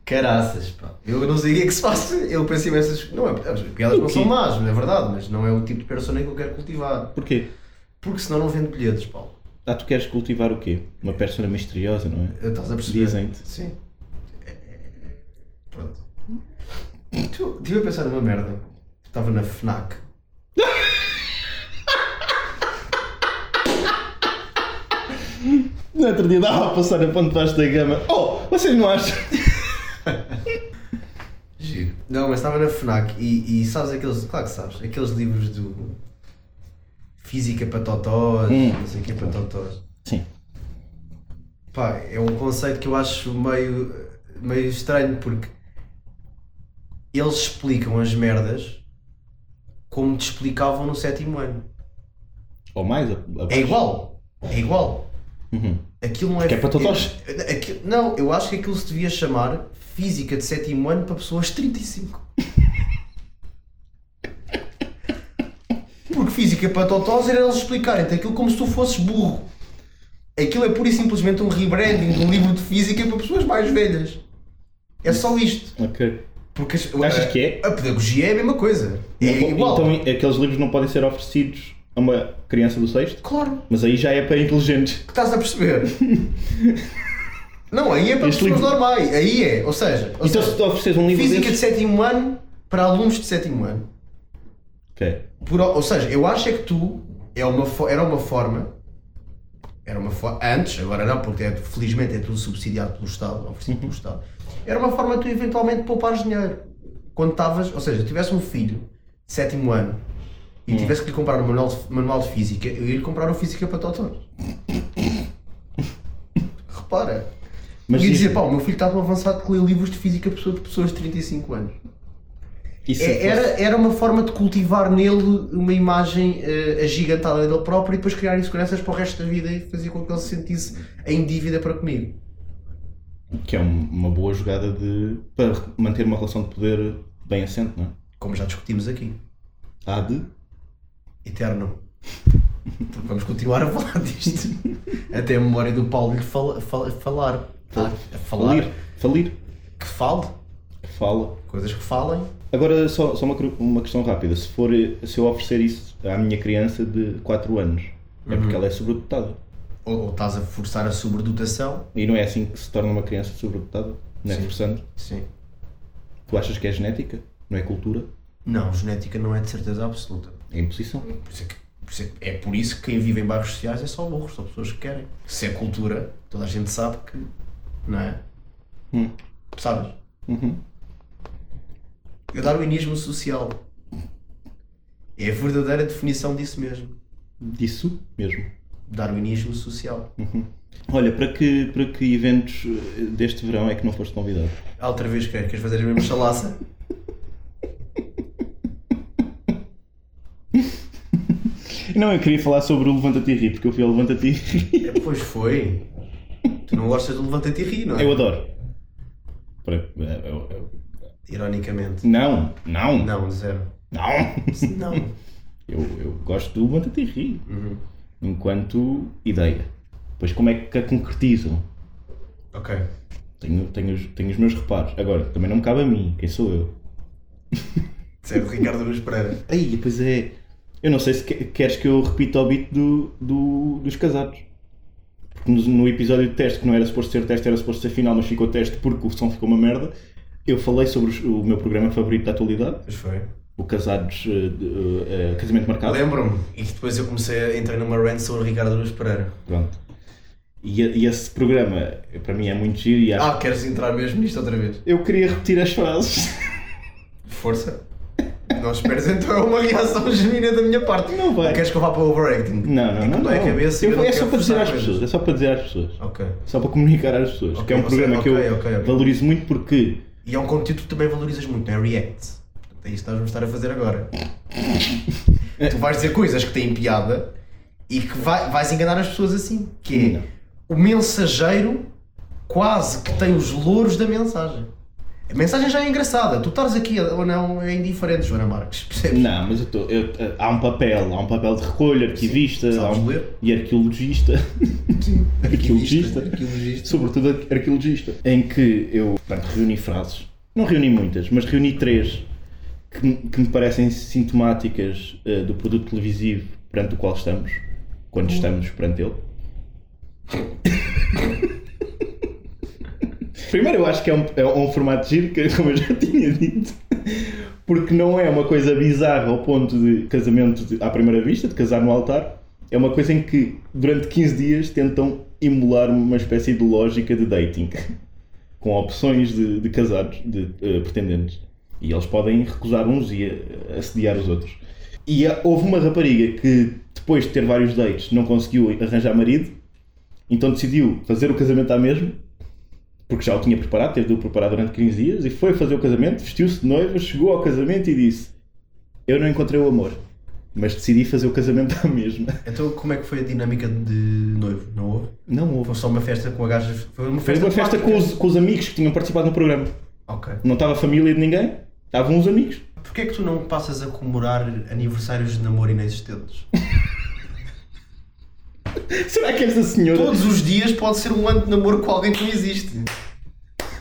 [SPEAKER 3] Caraças, pá. Eu não sei o que é que se faz. Eu penso imensas. Não é, as piadas
[SPEAKER 4] O
[SPEAKER 3] não são
[SPEAKER 4] quê?
[SPEAKER 3] más, é verdade, mas não é o tipo de persona que eu quero cultivar.
[SPEAKER 4] Porquê?
[SPEAKER 3] Porque senão não vendo bilhetes, Paulo.
[SPEAKER 4] Ah, tu queres cultivar o quê? Uma persona misteriosa, não é?
[SPEAKER 3] Estás a perceber?
[SPEAKER 4] Dizem-te.
[SPEAKER 3] Sim. É, é, Pronto. Tu- Estive a pensar numa merda. Estava na FNAC.
[SPEAKER 4] No outro dia dava a passar a ponte de baixo da gama. Oh, vocês não acham?
[SPEAKER 3] Giro. Não, mas estava na FNAC e, e sabes aqueles. Claro que sabes. Aqueles livros do. Física para totós,
[SPEAKER 4] Hum.
[SPEAKER 3] não sei o que para totós.
[SPEAKER 4] Sim.
[SPEAKER 3] Pá, é um conceito que eu acho meio, meio estranho porque eles explicam as merdas como te explicavam no sétimo ano.
[SPEAKER 4] Ou mais? a-
[SPEAKER 3] É
[SPEAKER 4] abaixo.
[SPEAKER 3] igual. É igual.
[SPEAKER 4] Uhum.
[SPEAKER 3] Aquilo não é.
[SPEAKER 4] Que é para totós.
[SPEAKER 3] É- aquilo- não, eu acho que aquilo se devia chamar física de sétimo ano para pessoas de 35. Porque física para totós era eles explicarem-te aquilo como se tu fosses burro. Aquilo é pura e simplesmente um rebranding de um livro de física para pessoas mais velhas. É só isto.
[SPEAKER 4] Ok.
[SPEAKER 3] Porque as-
[SPEAKER 4] Achas
[SPEAKER 3] a-
[SPEAKER 4] que é?
[SPEAKER 3] A pedagogia é a mesma coisa. É
[SPEAKER 4] Não po-
[SPEAKER 3] igual.
[SPEAKER 4] Então aqueles livros não podem ser oferecidos a uma criança do sexto?
[SPEAKER 3] Claro.
[SPEAKER 4] Mas aí já é para inteligentes.
[SPEAKER 3] que estás a perceber? Não, aí é para
[SPEAKER 4] Este
[SPEAKER 3] pessoas
[SPEAKER 4] livro-
[SPEAKER 3] normais, aí é, ou seja, ou
[SPEAKER 4] Então
[SPEAKER 3] seja,
[SPEAKER 4] se tu ofereces um livro
[SPEAKER 3] física de
[SPEAKER 4] desses...
[SPEAKER 3] sétimo ano para alunos de sétimo ano.
[SPEAKER 4] Ok.
[SPEAKER 3] Por- ou seja, eu acho é que tu é uma, fo- era uma forma, era uma fo- antes, agora não, porque é- felizmente é tudo subsidiado pelo Estado, oferecido pelo Estado, era uma forma de tu eventualmente poupares dinheiro. Quando estavas, ou seja, tivesse um filho de sétimo ano e tivesse que lhe comprar um manual de, manual de física, eu ia lhe comprar um física para Totó. Repara.
[SPEAKER 4] Mas
[SPEAKER 3] ia
[SPEAKER 4] diz-
[SPEAKER 3] dizer, pá, o meu filho está tão avançado que lê livros de física para pessoas de 35 anos.
[SPEAKER 4] E se
[SPEAKER 3] É-
[SPEAKER 4] fosse-
[SPEAKER 3] era, era uma forma de cultivar nele uma imagem eh, agigantada dele próprio e depois criar inseguranças para o resto da vida e fazer com que ele se sentisse em dívida para comigo.
[SPEAKER 4] Que é um- uma boa jogada de. para manter uma relação de poder bem assente, não é?
[SPEAKER 3] Como já discutimos aqui.
[SPEAKER 4] Há de.
[SPEAKER 3] Eterno. Então Vamos continuar a falar disto. Até a memória do Paulo lhe fala- fala- falar. Ah, falar.
[SPEAKER 4] Falir. Falir.
[SPEAKER 3] Que fale.
[SPEAKER 4] Fala.
[SPEAKER 3] Coisas que falem.
[SPEAKER 4] Agora, só, só uma, cru- uma questão rápida. Se, for, se eu oferecer isso à minha criança de 4 anos, é
[SPEAKER 3] Uhum.
[SPEAKER 4] porque ela é sobredotada.
[SPEAKER 3] Ou, ou estás a forçar a sobredotação.
[SPEAKER 4] E não é assim que se torna uma criança sobredotada? Não é forçando?
[SPEAKER 3] Sim.
[SPEAKER 4] Tu achas que é genética? Não é cultura?
[SPEAKER 3] Não, genética não é de certeza absoluta.
[SPEAKER 4] É imposição.
[SPEAKER 3] Por isso é que- por isso é que- é por isso que quem vive em bairros sociais é só burros, são pessoas que querem. Se é cultura, toda a gente sabe que. Não é?
[SPEAKER 4] Hum.
[SPEAKER 3] Sabes?
[SPEAKER 4] Uhum.
[SPEAKER 3] É darwinismo social. É a verdadeira definição disso mesmo.
[SPEAKER 4] Disso mesmo.
[SPEAKER 3] Darwinismo social.
[SPEAKER 4] Olha, para que, para que eventos eh, deste verão é que não foste convidado?
[SPEAKER 3] Ah, Outra vez, quer- queres fazer a mesma chalaça?
[SPEAKER 4] Não, eu queria falar sobre o Levanta-te e Ri, porque eu fui ao Levanta-te e Ri.
[SPEAKER 3] É, pois foi. Tu não gostas de levantar-te e rir, não é?
[SPEAKER 4] Eu adoro. Pera- eh, eu- eu-
[SPEAKER 3] Ironicamente.
[SPEAKER 4] Não, não, não.
[SPEAKER 3] Não, zero. Não.
[SPEAKER 4] Eu, eu gosto do Levanta-te e Ri enquanto ideia. Pois como é que a concretizam?
[SPEAKER 3] Ok.
[SPEAKER 4] Tenho, tenho, os- tenho os meus reparos. Agora, também não me cabe a mim, quem sou eu?
[SPEAKER 3] Zero Ricardo Luz Pereira.
[SPEAKER 4] Aí, pois é. Eu não sei se que- queres que eu repita o beat do, do- dos casados. Porque no, no episódio de teste, que não era suposto ser teste, era suposto ser final, mas ficou teste porque o som ficou uma merda. Eu falei sobre os- o meu programa favorito da atualidade,
[SPEAKER 3] Pois foi.
[SPEAKER 4] o Casados eh, de- eh, eh, Casamento Marcado.
[SPEAKER 3] Lembro-me. E depois eu comecei a entrar numa rant sobre o Ricardo Luz Pereira.
[SPEAKER 4] Pronto. E, e esse programa, eh, para mim, é muito giro e acho...
[SPEAKER 3] Ah, queres entrar mesmo nisto outra vez?
[SPEAKER 4] Eu queria repetir as frases.
[SPEAKER 3] Força. Não esperes então uma reação genuína da minha parte.
[SPEAKER 4] Não vai.
[SPEAKER 3] Queres que eu vá para o overacting?
[SPEAKER 4] Não, não, não.
[SPEAKER 3] Incomodou
[SPEAKER 4] não.
[SPEAKER 3] a cabeça e
[SPEAKER 4] Eu-
[SPEAKER 3] eu É não
[SPEAKER 4] é só
[SPEAKER 3] quero
[SPEAKER 4] para dizer
[SPEAKER 3] forçar
[SPEAKER 4] às
[SPEAKER 3] coisas.
[SPEAKER 4] pessoas. É só para dizer às pessoas.
[SPEAKER 3] Ok.
[SPEAKER 4] Só para comunicar às pessoas.
[SPEAKER 3] Ok,
[SPEAKER 4] que é um
[SPEAKER 3] você-
[SPEAKER 4] programa que eu
[SPEAKER 3] ok, ok, ok.
[SPEAKER 4] valorizo muito porque
[SPEAKER 3] E é um conteúdo que tu também valorizas muito, não é? React. Portanto, é isso que nós vamos estar a fazer agora.
[SPEAKER 4] É.
[SPEAKER 3] tu vais dizer coisas que têm piada e que vai- vais enganar as pessoas assim. Que é
[SPEAKER 4] Não.
[SPEAKER 3] o mensageiro quase que tem os louros da mensagem. A mensagem já é engraçada. Tu estás aqui ou não é indiferente, Joana Marques. É Percebes?
[SPEAKER 4] Não, mas eu tô, eu- há um papel, há um papel de recolha, arquivista
[SPEAKER 3] Sim,
[SPEAKER 4] há
[SPEAKER 3] sabes
[SPEAKER 4] um-
[SPEAKER 3] ler?
[SPEAKER 4] e arqueologista. arqueologista.
[SPEAKER 3] Arqueologista.
[SPEAKER 4] Sobretudo ar- arqueologista. Em que eu portanto, reuni frases. Não reuni muitas, mas reuni três que, me- que me parecem sintomáticas eh, do produto televisivo perante o qual estamos, quando
[SPEAKER 3] Uhum.
[SPEAKER 4] estamos perante ele. Primeiro, eu acho que é um, é um formato giro, que, como eu já tinha dito, porque não é uma coisa bizarra ao ponto de casamento de- à primeira vista, de casar no altar. É uma coisa em que, durante 15 dias, tentam emular uma espécie de lógica de dating, com opções de, de casados, de eh, pretendentes. E eles podem recusar uns e eh, assediar os outros. E há- houve uma rapariga que, depois de ter vários dates, não conseguiu arranjar marido, então decidiu fazer o casamento à mesma porque já o tinha preparado, teve de o preparar durante 15 dias e foi fazer o casamento, vestiu-se de noiva, chegou ao casamento e disse: Eu não encontrei o amor, mas decidi fazer o casamento à mesma.
[SPEAKER 3] Então, como é que foi a dinâmica de noivo? Não houve?
[SPEAKER 4] Não houve.
[SPEAKER 3] Foi só uma festa com a gaja. Foi uma
[SPEAKER 4] Fez
[SPEAKER 3] festa,
[SPEAKER 4] uma festa com
[SPEAKER 3] temática.
[SPEAKER 4] os, com os amigos que tinham participado no programa.
[SPEAKER 3] Ok.
[SPEAKER 4] Não estava a família de ninguém, estavam uns amigos.
[SPEAKER 3] Porquê é que tu não passas a comemorar aniversários de namoro inexistentes?
[SPEAKER 4] Será que esta senhora.
[SPEAKER 3] Todos os dias pode ser um ano de namoro com alguém que não existe.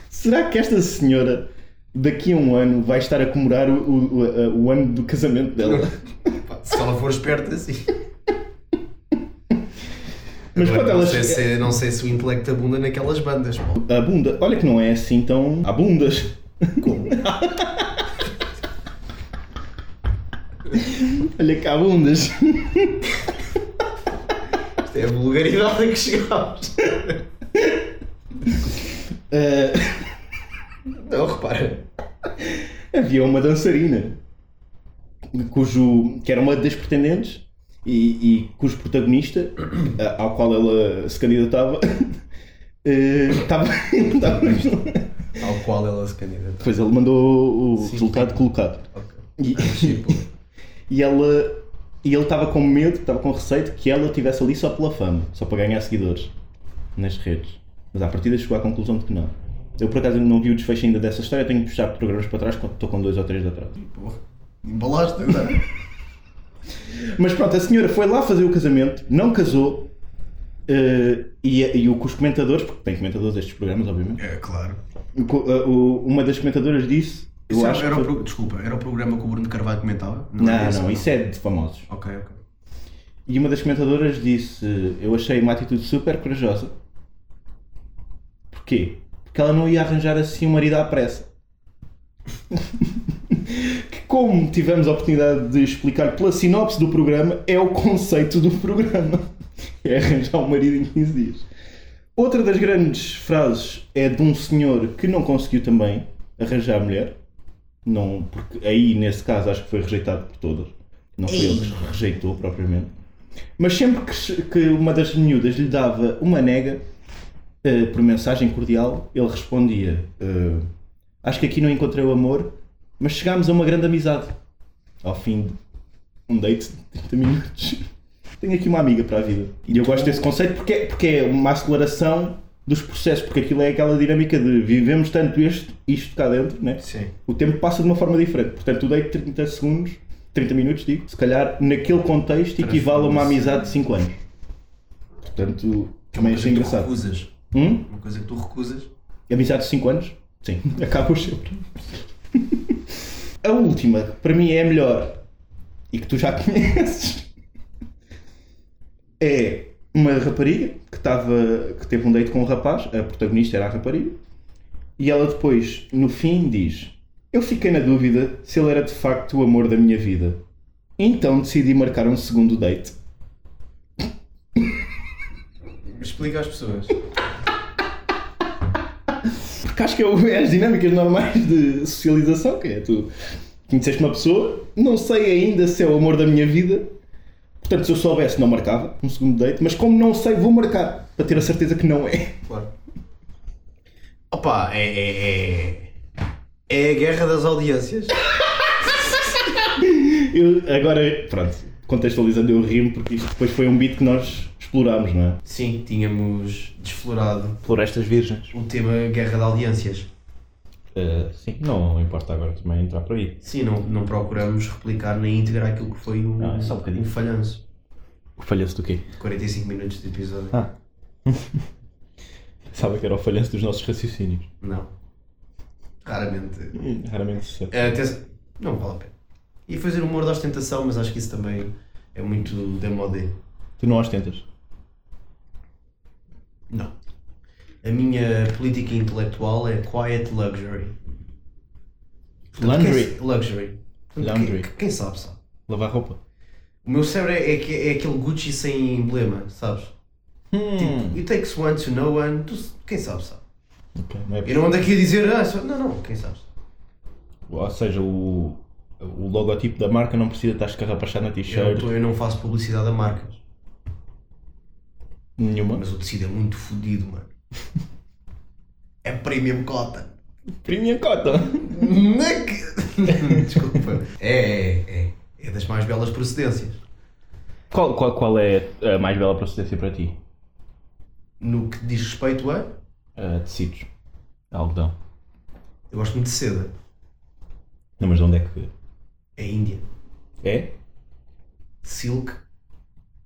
[SPEAKER 4] Será que esta senhora, daqui a um ano, vai estar a comemorar o, o- o- a- o ano do casamento dela?
[SPEAKER 3] Pá, Se ela for esperta, sim.
[SPEAKER 4] Mas
[SPEAKER 3] Agora,
[SPEAKER 4] quando
[SPEAKER 3] não,
[SPEAKER 4] ela
[SPEAKER 3] sei
[SPEAKER 4] chega-
[SPEAKER 3] se, não sei se o intelecto abunda naquelas bandas. pá.
[SPEAKER 4] A bunda. Olha que não é assim tão. Há bundas.
[SPEAKER 3] Como?
[SPEAKER 4] Olha que há bundas.
[SPEAKER 3] Isto é a vulgaridade a que chegámos.
[SPEAKER 4] Ah,
[SPEAKER 3] Não, repara.
[SPEAKER 4] havia uma dançarina cujo que era uma das pretendentes e, e cujo protagonista a- ao qual ela se candidatava eh, estava estava-
[SPEAKER 3] Ao qual ela se candidata.
[SPEAKER 4] depois ele mandou o
[SPEAKER 3] Sim.
[SPEAKER 4] resultado colocado
[SPEAKER 3] Ok.
[SPEAKER 4] E, e ela. E ele estava com medo, estava com receio de que ela estivesse ali só pela fama, só para ganhar seguidores nas redes. Mas à partida chegou à conclusão de que não. Eu por acaso não vi o desfecho ainda dessa história, tenho que puxar programas para trás, estou com dois ou três de atrás.
[SPEAKER 5] Embalaste
[SPEAKER 3] é?
[SPEAKER 5] agora.
[SPEAKER 4] Mas pronto, a senhora foi lá fazer o casamento, não casou, eh, e, e o que os comentadores, porque tem comentadores destes programas, obviamente,
[SPEAKER 5] É, claro.
[SPEAKER 4] o co- eh, o- uma das comentadoras disse. Eu
[SPEAKER 3] Isso é um
[SPEAKER 4] acho que
[SPEAKER 3] era o
[SPEAKER 4] foi-
[SPEAKER 3] pro- Desculpa, era o programa que o Bruno Carvalho comentava?
[SPEAKER 4] Não,
[SPEAKER 3] esse,
[SPEAKER 4] não, isso é de famosos.
[SPEAKER 3] Ok, ok.
[SPEAKER 4] E uma das comentadoras disse: Eu achei uma atitude super corajosa. Porquê? Porque ela não ia arranjar assim um marido à pressa. que, como tivemos a oportunidade de explicar pela sinopse do programa, é o conceito do programa: é arranjar um marido em 15 dias. Outra das grandes frases é de um senhor que não conseguiu também arranjar mulher. Não, porque aí, nesse caso, acho que foi rejeitado por todas. Não foi ele que rejeitou propriamente. Mas sempre que, se- que uma das miúdas lhe dava uma nega, eh, por mensagem cordial, ele respondia: eh, Acho que aqui não encontrei o amor, mas chegámos a uma grande amizade. Ao fim de um date de 30 minutos. Tenho aqui uma amiga para a vida. E eu gosto desse conceito porque, é- porque é uma aceleração dos processos, porque aquilo é aquela dinâmica de vivemos tanto este, isto cá dentro, né?
[SPEAKER 5] Sim.
[SPEAKER 4] o tempo passa de uma forma diferente. Portanto, o date de 30 segundos, 30 minutos, digo, se calhar naquele contexto equivale a uma amizade de 5 anos. Portanto, também achei
[SPEAKER 3] Coisa que tu
[SPEAKER 4] é engraçado.
[SPEAKER 3] recusas.
[SPEAKER 4] Hum?
[SPEAKER 3] Uma coisa que tu recusas.
[SPEAKER 4] Amizade de 5 anos? Sim, acabam sempre. a última, que para mim é a melhor e que tu já conheces, é uma rapariga que, estava, que teve um date com um rapaz, a protagonista era a rapariga, e ela depois, no fim, diz: Eu fiquei na dúvida se ele era de facto o amor da minha vida. Então decidi marcar um segundo date.
[SPEAKER 5] Explica às pessoas.
[SPEAKER 4] Porque acho que é o- é as dinâmicas normais de socialização, que é tu conheceste uma pessoa, não sei ainda se é o amor da minha vida, portanto se eu soubesse não marcava um segundo date, mas como não sei vou marcar, para ter a certeza que não é.
[SPEAKER 3] Claro.
[SPEAKER 5] Opa, é. é, é...
[SPEAKER 3] É a guerra das audiências.
[SPEAKER 4] Eu, agora, pronto, contextualizando eu rimo porque isto depois foi um beat que nós explorámos, não é?
[SPEAKER 3] Sim, tínhamos desflorado
[SPEAKER 4] Florestas virgens.
[SPEAKER 3] o tema guerra de audiências.
[SPEAKER 4] Eh, sim, não importa agora também entrar por aí.
[SPEAKER 3] Sim, não, não procuramos replicar nem integrar aquilo que foi o,
[SPEAKER 4] Ah, só um bocadinho.
[SPEAKER 3] o falhanço.
[SPEAKER 4] O falhanço do quê?
[SPEAKER 3] de 45 minutos de episódio.
[SPEAKER 4] Ah. Sabe que era o falhanço dos nossos raciocínios.
[SPEAKER 3] Não. Raramente.
[SPEAKER 4] Raramente se
[SPEAKER 3] É, até- Não vale a pena. E fazer humor da ostentação, mas acho que isso também é muito demodé.
[SPEAKER 4] Tu não ostentas.
[SPEAKER 3] Não. A minha política intelectual é quiet luxury. Portanto,
[SPEAKER 4] Laundry.
[SPEAKER 3] quem- luxury. Portanto,
[SPEAKER 4] Laundry.
[SPEAKER 3] Quem, quem sabe, sabe?
[SPEAKER 4] Lavar roupa.
[SPEAKER 3] O meu cérebro é, é, que- é aquele Gucci sem emblema, sabes?
[SPEAKER 4] Hum.
[SPEAKER 3] Tipo, it takes one to know one. Tu, quem sabe, sabe?
[SPEAKER 4] Ok, não é
[SPEAKER 3] Eu não ando aqui a dizer, ah, só- não, não, quem sabe. sabe?
[SPEAKER 4] Ou seja, o, o logotipo da marca não precisa estar escarrapachado na
[SPEAKER 3] Eu, não
[SPEAKER 4] t-shirt
[SPEAKER 3] tô- eu não faço publicidade a marcas.
[SPEAKER 4] nenhuma.
[SPEAKER 3] Mas o tecido é muito fodido, mano. É premium cotton.
[SPEAKER 4] Premium cota!
[SPEAKER 3] Na que- Desculpa. É, é, é. É das mais belas procedências.
[SPEAKER 4] Qual, qual, qual é a mais bela procedência para ti?
[SPEAKER 3] No que diz respeito a.
[SPEAKER 4] Ah, tecidos. Algodão.
[SPEAKER 3] Eu gosto muito de seda.
[SPEAKER 4] Não, mas de onde é que.
[SPEAKER 3] É Índia.
[SPEAKER 4] É?
[SPEAKER 3] Silk.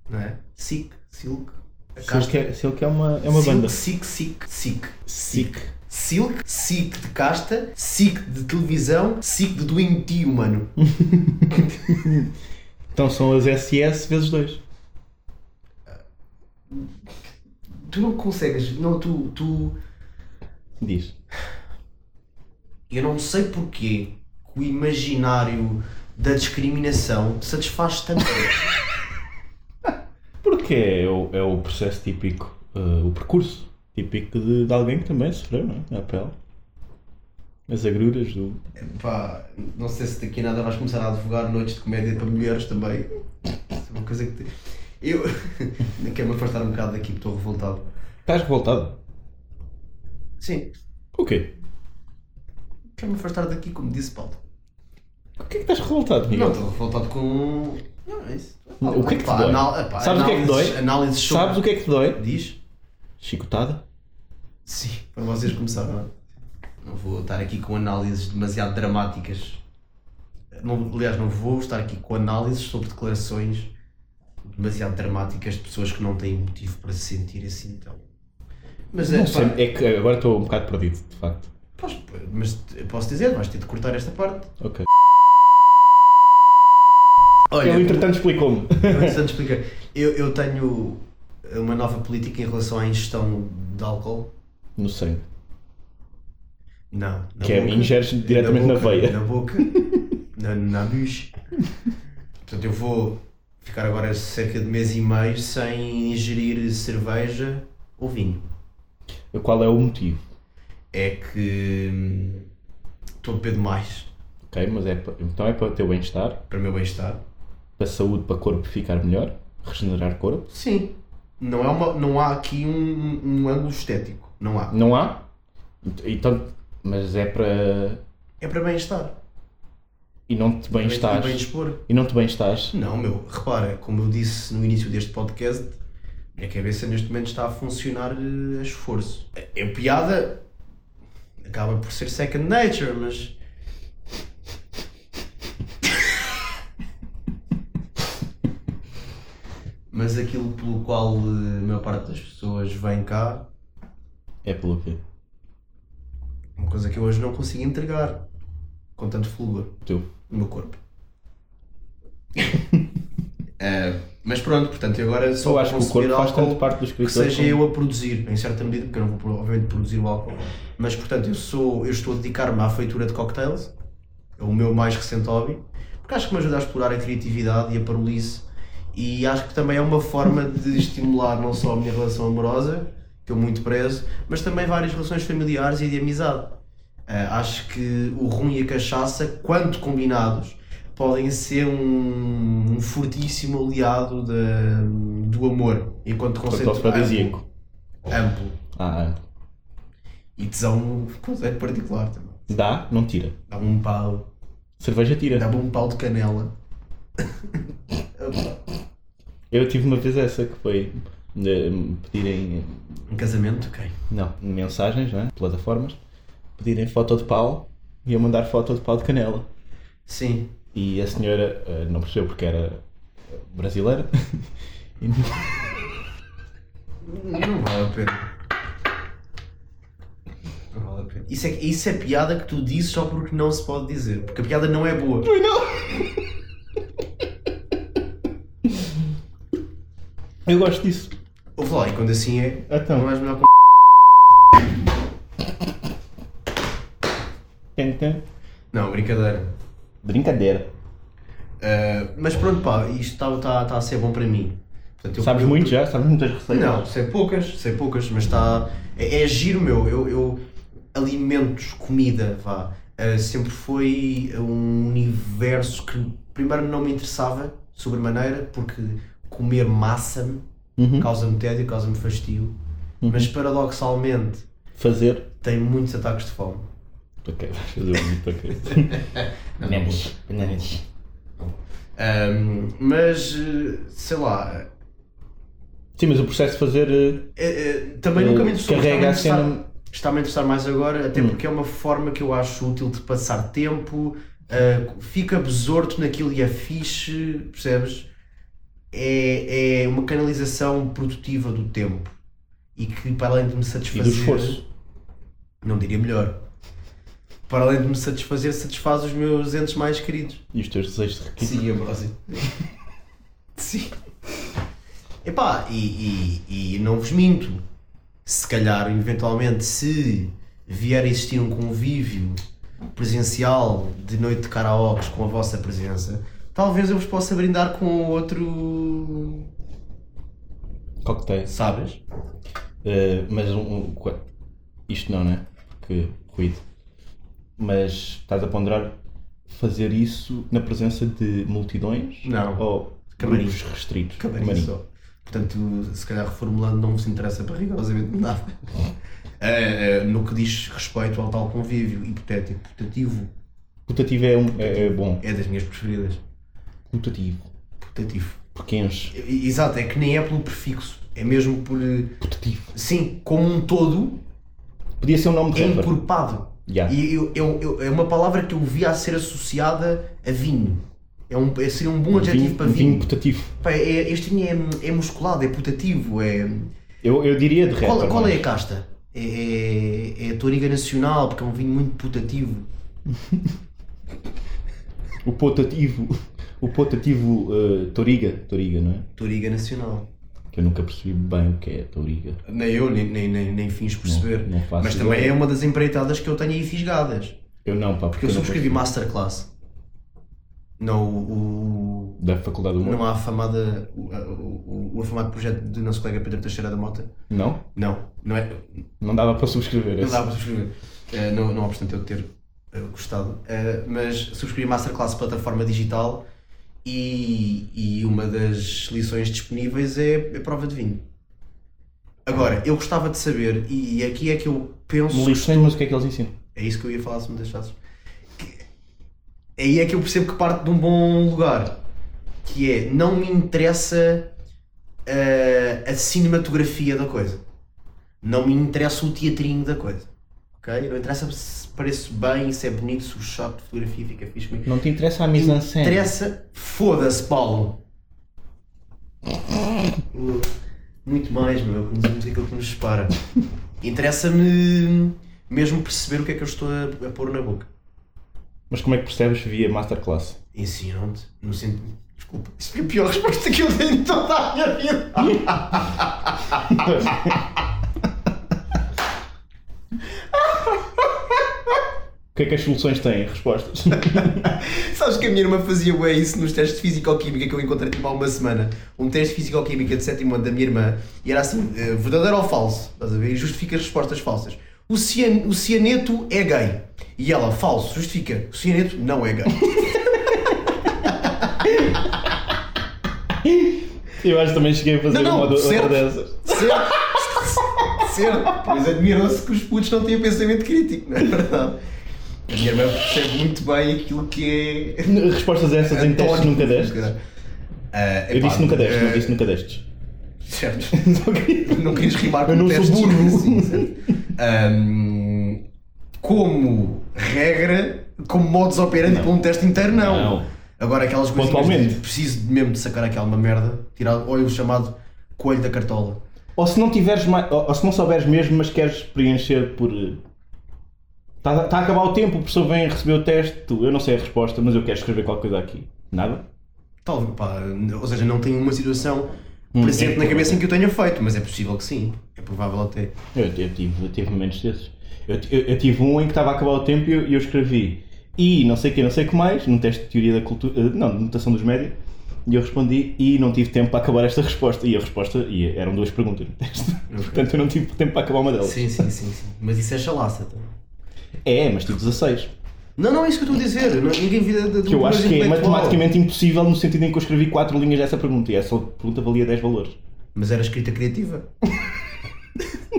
[SPEAKER 3] Não é? Silk. Silk. A
[SPEAKER 4] Silk é, Silk é uma, é uma
[SPEAKER 3] silk,
[SPEAKER 4] banda.
[SPEAKER 3] Silk, silk, silk.
[SPEAKER 4] Sick.
[SPEAKER 3] Silk, silk de casta, silk de televisão, silk de doentio, mano.
[SPEAKER 4] Então são as SS vezes 2.
[SPEAKER 3] Tu não consegues. Não, tu. tu
[SPEAKER 4] Diz.
[SPEAKER 3] eu não sei porquê que o imaginário da discriminação satisfaz tanto.
[SPEAKER 4] Porque é o, é o processo típico, eh, o percurso típico de, de alguém que também sofreu, não é? Na pele. As agruras do.
[SPEAKER 3] Pá, não sei se daqui a nada vais começar a advogar noites de comédia para mulheres também. Isso é uma coisa que. te- Eu. Quero-me afastar um bocado daqui, estou revoltado.
[SPEAKER 4] Estás revoltado?
[SPEAKER 3] Sim,
[SPEAKER 4] O quê?
[SPEAKER 3] quero-me afastar daqui, como disse Paulo.
[SPEAKER 4] O que é que estás revoltado,
[SPEAKER 3] Não,
[SPEAKER 4] Miguel?
[SPEAKER 3] estou revoltado com. Não, é isso.
[SPEAKER 4] O que é que te
[SPEAKER 3] Pá,
[SPEAKER 4] dói?
[SPEAKER 3] anal- epá,
[SPEAKER 4] Sabes o que é que te
[SPEAKER 3] análises-
[SPEAKER 4] dói?
[SPEAKER 3] Análises sobre-
[SPEAKER 4] Sabes o que é que te dói?
[SPEAKER 3] Diz?
[SPEAKER 4] Chicotada?
[SPEAKER 3] Sim, para vocês começarem. não é? Não vou estar aqui com análises demasiado dramáticas. Não, aliás, não vou estar aqui com análises sobre declarações demasiado dramáticas de pessoas que não têm motivo para se sentir assim, então. Mas, é,
[SPEAKER 4] Não
[SPEAKER 3] pá,
[SPEAKER 4] sei, é que agora estou um bocado perdido, de facto.
[SPEAKER 3] posso- mas eu posso dizer, vais ter de cortar esta parte.
[SPEAKER 4] Ok.
[SPEAKER 3] Olha,
[SPEAKER 4] Ele entretanto explicou-me.
[SPEAKER 3] É Interessante explicar. Eu, eu tenho uma nova política em relação à ingestão de álcool.
[SPEAKER 4] No sangue.
[SPEAKER 3] Não. na
[SPEAKER 4] Que é,
[SPEAKER 3] boca.
[SPEAKER 4] ingeres diretamente na
[SPEAKER 3] boca,
[SPEAKER 4] veia.
[SPEAKER 3] Na boca. na, na bicha. Portanto, eu vou ficar agora cerca de mês e meio sem ingerir cerveja ou vinho.
[SPEAKER 4] Qual é o motivo?
[SPEAKER 3] É que hum, estou a beber demais
[SPEAKER 4] Ok, mas é pa- então é para o teu bem-estar,
[SPEAKER 3] para o meu bem-estar.
[SPEAKER 4] para a saúde, para o corpo ficar melhor, regenerar corpo.
[SPEAKER 3] Sim. Não, é uma, não há aqui um, um ângulo estético. Não há.
[SPEAKER 4] Não há? Ent- Então, mas é para.
[SPEAKER 3] É para bem-estar.
[SPEAKER 4] E não te
[SPEAKER 3] Para
[SPEAKER 4] bem-estás.
[SPEAKER 3] bem dispor.
[SPEAKER 4] E não te bem-estás.
[SPEAKER 3] Não, meu, repara, como eu disse no início deste podcast, minha cabeça neste momento está a funcionar eh, a esforço. É piada, acaba por ser second nature, mas. mas aquilo pelo qual eh, a maior parte das pessoas vem cá,
[SPEAKER 4] É pelo quê?
[SPEAKER 3] uma coisa que eu hoje não consigo entregar com tanto fulgor
[SPEAKER 4] Teu.
[SPEAKER 3] no meu corpo. Eh, mas pronto, portanto, eu agora só
[SPEAKER 4] Eu acho que o
[SPEAKER 3] consumir
[SPEAKER 4] corpo faz
[SPEAKER 3] álcool
[SPEAKER 4] tanto parte dos
[SPEAKER 3] que
[SPEAKER 4] escritores.
[SPEAKER 3] seja eu a produzir, em certa medida, porque eu não vou obviamente produzir o álcool, mas portanto eu sou, eu estou a dedicar-me à feitura de cocktails, é o meu mais recente hobby, porque acho que me ajuda a explorar a criatividade e a parolice e acho que também é uma forma de estimular não só a minha relação amorosa, que eu muito prezo, mas também várias relações familiares e de amizade. Ah, acho que o rum e a cachaça, quando combinados, podem ser um, um fortíssimo aliado da- do amor, enquanto conceito
[SPEAKER 4] Afrodisíaco.
[SPEAKER 3] amplo
[SPEAKER 4] Ah,
[SPEAKER 3] e tesão conceito particular também.
[SPEAKER 4] dá, não tira.
[SPEAKER 3] Dá-me um pau,
[SPEAKER 4] Cerveja tira.
[SPEAKER 3] dá-me um pau de canela. Opa.
[SPEAKER 4] Eu tive uma vez essa que foi de me pedirem,
[SPEAKER 3] um casamento, ok.
[SPEAKER 4] não, mensagens, né? plataformas, pedirem foto de pau e eu mandar foto de pau de canela.
[SPEAKER 3] Sim.
[SPEAKER 4] E a senhora eh, não percebeu porque era eh, brasileira. E não-
[SPEAKER 3] Não vale a pena. Não vale a pena. Isso é, isso é piada que tu dizes só porque não se pode dizer. Porque a piada não é boa.
[SPEAKER 4] eu gosto disso.
[SPEAKER 3] Ouve lá, e quando assim é,
[SPEAKER 4] Então.
[SPEAKER 3] não és melhor com...
[SPEAKER 4] Tem, tem.
[SPEAKER 3] Não, brincadeira.
[SPEAKER 4] Brincadeira.
[SPEAKER 3] Ah, mas pronto, pá, isto está está a ser bom para mim. Portanto, eu-
[SPEAKER 4] Sabes
[SPEAKER 3] eu-
[SPEAKER 4] muito já? Sabes muitas receitas?
[SPEAKER 3] Não, sei poucas, sei poucas, mas está. É, é giro meu. Eu, eu- Alimentos, comida, vá. eh, sempre foi um universo que primeiro não me interessava sobremaneira, porque comer massa me
[SPEAKER 4] Uhum.
[SPEAKER 3] causa-me tédio, causa-me fastio. Mas paradoxalmente
[SPEAKER 4] Fazer.
[SPEAKER 3] tem muitos ataques de fome.
[SPEAKER 4] Ok, vais fazer muito, ok. Bananas. Bananas.
[SPEAKER 3] Ahm, Ah, mas eh, sei lá.
[SPEAKER 4] Sim, mas o processo de fazer. eh,
[SPEAKER 3] eh, eh, também
[SPEAKER 4] Eh,
[SPEAKER 3] nunca me interessou. está-me
[SPEAKER 4] carrega a
[SPEAKER 3] interessar-
[SPEAKER 4] cena- Hum.
[SPEAKER 3] Está-me a interessar mais agora, até porque é uma forma que eu acho útil de passar tempo, ah, fica besorto naquilo e é fixe, percebes? É, é uma canalização produtiva do tempo e que, para além de me
[SPEAKER 4] E
[SPEAKER 3] satisfazer,
[SPEAKER 4] do esforço.
[SPEAKER 3] não diria melhor, para além de me satisfazer, satisfaz os meus entes mais queridos.
[SPEAKER 4] E os teus desejos de riqueza.
[SPEAKER 3] Sim, Ambrósio. Sim. Epá, e, e, e não vos minto. Se calhar, eventualmente, se vier a existir um convívio presencial de noite de karaokes com a vossa presença, talvez eu vos possa brindar com outro.
[SPEAKER 4] Cocktails.
[SPEAKER 3] Sabes?
[SPEAKER 4] Eh, mas um, um- qua- Isto não, né? Porque ruído. Mas estás a ponderar fazer isso na presença de multidões?
[SPEAKER 3] Não.
[SPEAKER 4] Ou
[SPEAKER 3] Camarim.
[SPEAKER 4] grupos restritos?
[SPEAKER 3] Camarim, só. Portanto, se calhar reformulando, não vos interessa para rigorosamente nada. Eh, eh, no que diz respeito ao tal convívio hipotético, portativo,
[SPEAKER 4] Putativo é, um, é, é bom.
[SPEAKER 3] É das minhas preferidas.
[SPEAKER 4] Putativo.
[SPEAKER 3] Putativo.
[SPEAKER 4] Porque enche.
[SPEAKER 3] E- e- Exato, é que nem é pelo prefixo. É mesmo por. eh,
[SPEAKER 4] Putativo.
[SPEAKER 3] Sim, como um todo,
[SPEAKER 4] Podia ser um nome de
[SPEAKER 3] é
[SPEAKER 4] rapper.
[SPEAKER 3] encorpado.
[SPEAKER 4] Yeah.
[SPEAKER 3] E eu- eu- eu- é uma palavra que eu via a ser associada a vinho. É um, é- seria um bom adjetivo
[SPEAKER 4] vinho,
[SPEAKER 3] para
[SPEAKER 4] vinho
[SPEAKER 3] vinho.
[SPEAKER 4] putativo.
[SPEAKER 3] Pá, é- este vinho é, é musculado, é putativo. É...
[SPEAKER 4] Eu, eu diria de rapper.
[SPEAKER 3] Qual, qual é
[SPEAKER 4] mas-
[SPEAKER 3] a casta? É, é, é a Toriga Nacional, porque é um vinho muito putativo.
[SPEAKER 4] O potativo. O potativo eh, Toriga. Toriga, não é?
[SPEAKER 3] Toriga Nacional.
[SPEAKER 4] Que eu nunca percebi bem o que é Toriga.
[SPEAKER 3] Nem eu, nem, nem, nem, nem fins perceber.
[SPEAKER 4] não faço
[SPEAKER 3] Mas também
[SPEAKER 4] ideia.
[SPEAKER 3] é uma das empreitadas que eu tenho aí fisgadas.
[SPEAKER 4] Eu não, pá.
[SPEAKER 3] Porque eu subscrevi Masterclass. Não, o,
[SPEAKER 4] Da Faculdade do
[SPEAKER 3] o-
[SPEAKER 4] Humor.
[SPEAKER 3] não há a afamada, o, o, o afamado projeto do nosso colega Pedro Teixeira da Mota.
[SPEAKER 4] Não?
[SPEAKER 3] Não, não é.
[SPEAKER 4] Não dava para subscrever
[SPEAKER 3] Não
[SPEAKER 4] esse.
[SPEAKER 3] dá para subscrever. Eh, não, não obstante eu ter eh, gostado. Eh, mas subscrevi Masterclass plataforma digital e, e uma das lições disponíveis é a prova de vinho. Agora, eu gostava de saber, e aqui é que eu penso.
[SPEAKER 4] Me lixem, mas o que é que eles ensinam?
[SPEAKER 3] É isso que eu ia falar se me deixasses. Que- Aí é que eu percebo que parte de um bom lugar. Que é, não me interessa eh, a cinematografia da coisa. Não me interessa o teatrinho da coisa. Ok? Não interessa se parece bem, se é bonito, se o shot de fotografia fica fixe. comigo.
[SPEAKER 4] Não te interessa a mise en scène?
[SPEAKER 3] Interessa, foda-se, Paulo. Muito mais, meu, que nos aquilo que nos separa. Interessa-me mesmo perceber o que é que eu estou a, a pôr na boca.
[SPEAKER 4] Mas como é que percebes via Masterclass?
[SPEAKER 3] Ensinam-te, no sentido. Desculpa, isso foi a pior resposta que eu dei em toda a minha vida.
[SPEAKER 4] O que é que as soluções têm? Respostas.
[SPEAKER 3] Sabes que a minha irmã fazia bué isso nos testes de físico-química que eu encontrei tipo há uma semana. Um teste de físico-química de sétimo ano da minha irmã e era assim, eh, verdadeiro ou falso? Estás a ver? E justifica as respostas falsas. O, cian- o cianeto é gay. E ela, falso, justifica. O cianeto não é gay.
[SPEAKER 4] Eu acho que também cheguei a fazer
[SPEAKER 3] Não, não,
[SPEAKER 4] uma, do- uma
[SPEAKER 3] certo.
[SPEAKER 4] dessas.
[SPEAKER 3] certo? certo. Mas admirou-se que os putos não têm pensamento crítico, não é verdade? A minha irmã percebe muito bem aquilo que é
[SPEAKER 4] Respostas essas em testes nunca deste.
[SPEAKER 3] Ah,
[SPEAKER 4] Eu
[SPEAKER 3] epá,
[SPEAKER 4] disse nunca destes, não
[SPEAKER 3] eh,
[SPEAKER 4] disse nunca destes.
[SPEAKER 3] Certo. não querias rimar com
[SPEAKER 4] Eu não sou
[SPEAKER 3] testes,
[SPEAKER 4] burro.
[SPEAKER 3] sim, certo. Ahm, como regra, como modus operandi para um teste inteiro, não.
[SPEAKER 4] Não.
[SPEAKER 3] Agora aquelas coisas
[SPEAKER 4] Pontualmente.
[SPEAKER 3] preciso mesmo de sacar aquela uma merda, tirar olha o chamado coelho da cartola.
[SPEAKER 4] Ou se não tiveres mais, ou, ou se não souberes mesmo, mas queres preencher por. Está tá a acabar o tempo, o professor vem receber o teste, tu, eu não sei a resposta, mas eu quero escrever qualquer coisa aqui. Nada?
[SPEAKER 3] Talvez, pá, ou seja, não tenho uma situação
[SPEAKER 4] Hum,
[SPEAKER 3] presente
[SPEAKER 4] é
[SPEAKER 3] na
[SPEAKER 4] provável.
[SPEAKER 3] cabeça em que eu tenha feito, mas é possível que sim. É provável até.
[SPEAKER 4] Eu, eu tive, eu tive momentos desses. Eu, ti- eu- eu tive um em que estava a acabar o tempo e eu, e eu escrevi e não sei o que, não sei o que mais, num teste de teoria da cultura, eh, não, de notação dos média, e eu respondi e não tive tempo para acabar esta resposta. E a resposta e eh, eram duas perguntas no teste. Portanto, eu não tive tempo para acabar uma delas.
[SPEAKER 3] Sim, sim, sim, sim. Mas isso é chalaça. Então.
[SPEAKER 4] É, mas tive 16.
[SPEAKER 3] Não, não é isso que eu estou a dizer. Eu Não, ninguém vira de, de
[SPEAKER 4] Que eu acho que é
[SPEAKER 3] intelectual.
[SPEAKER 4] matematicamente impossível no sentido em que eu escrevi quatro linhas dessa pergunta e essa pergunta valia 10 valores.
[SPEAKER 3] Mas era escrita criativa?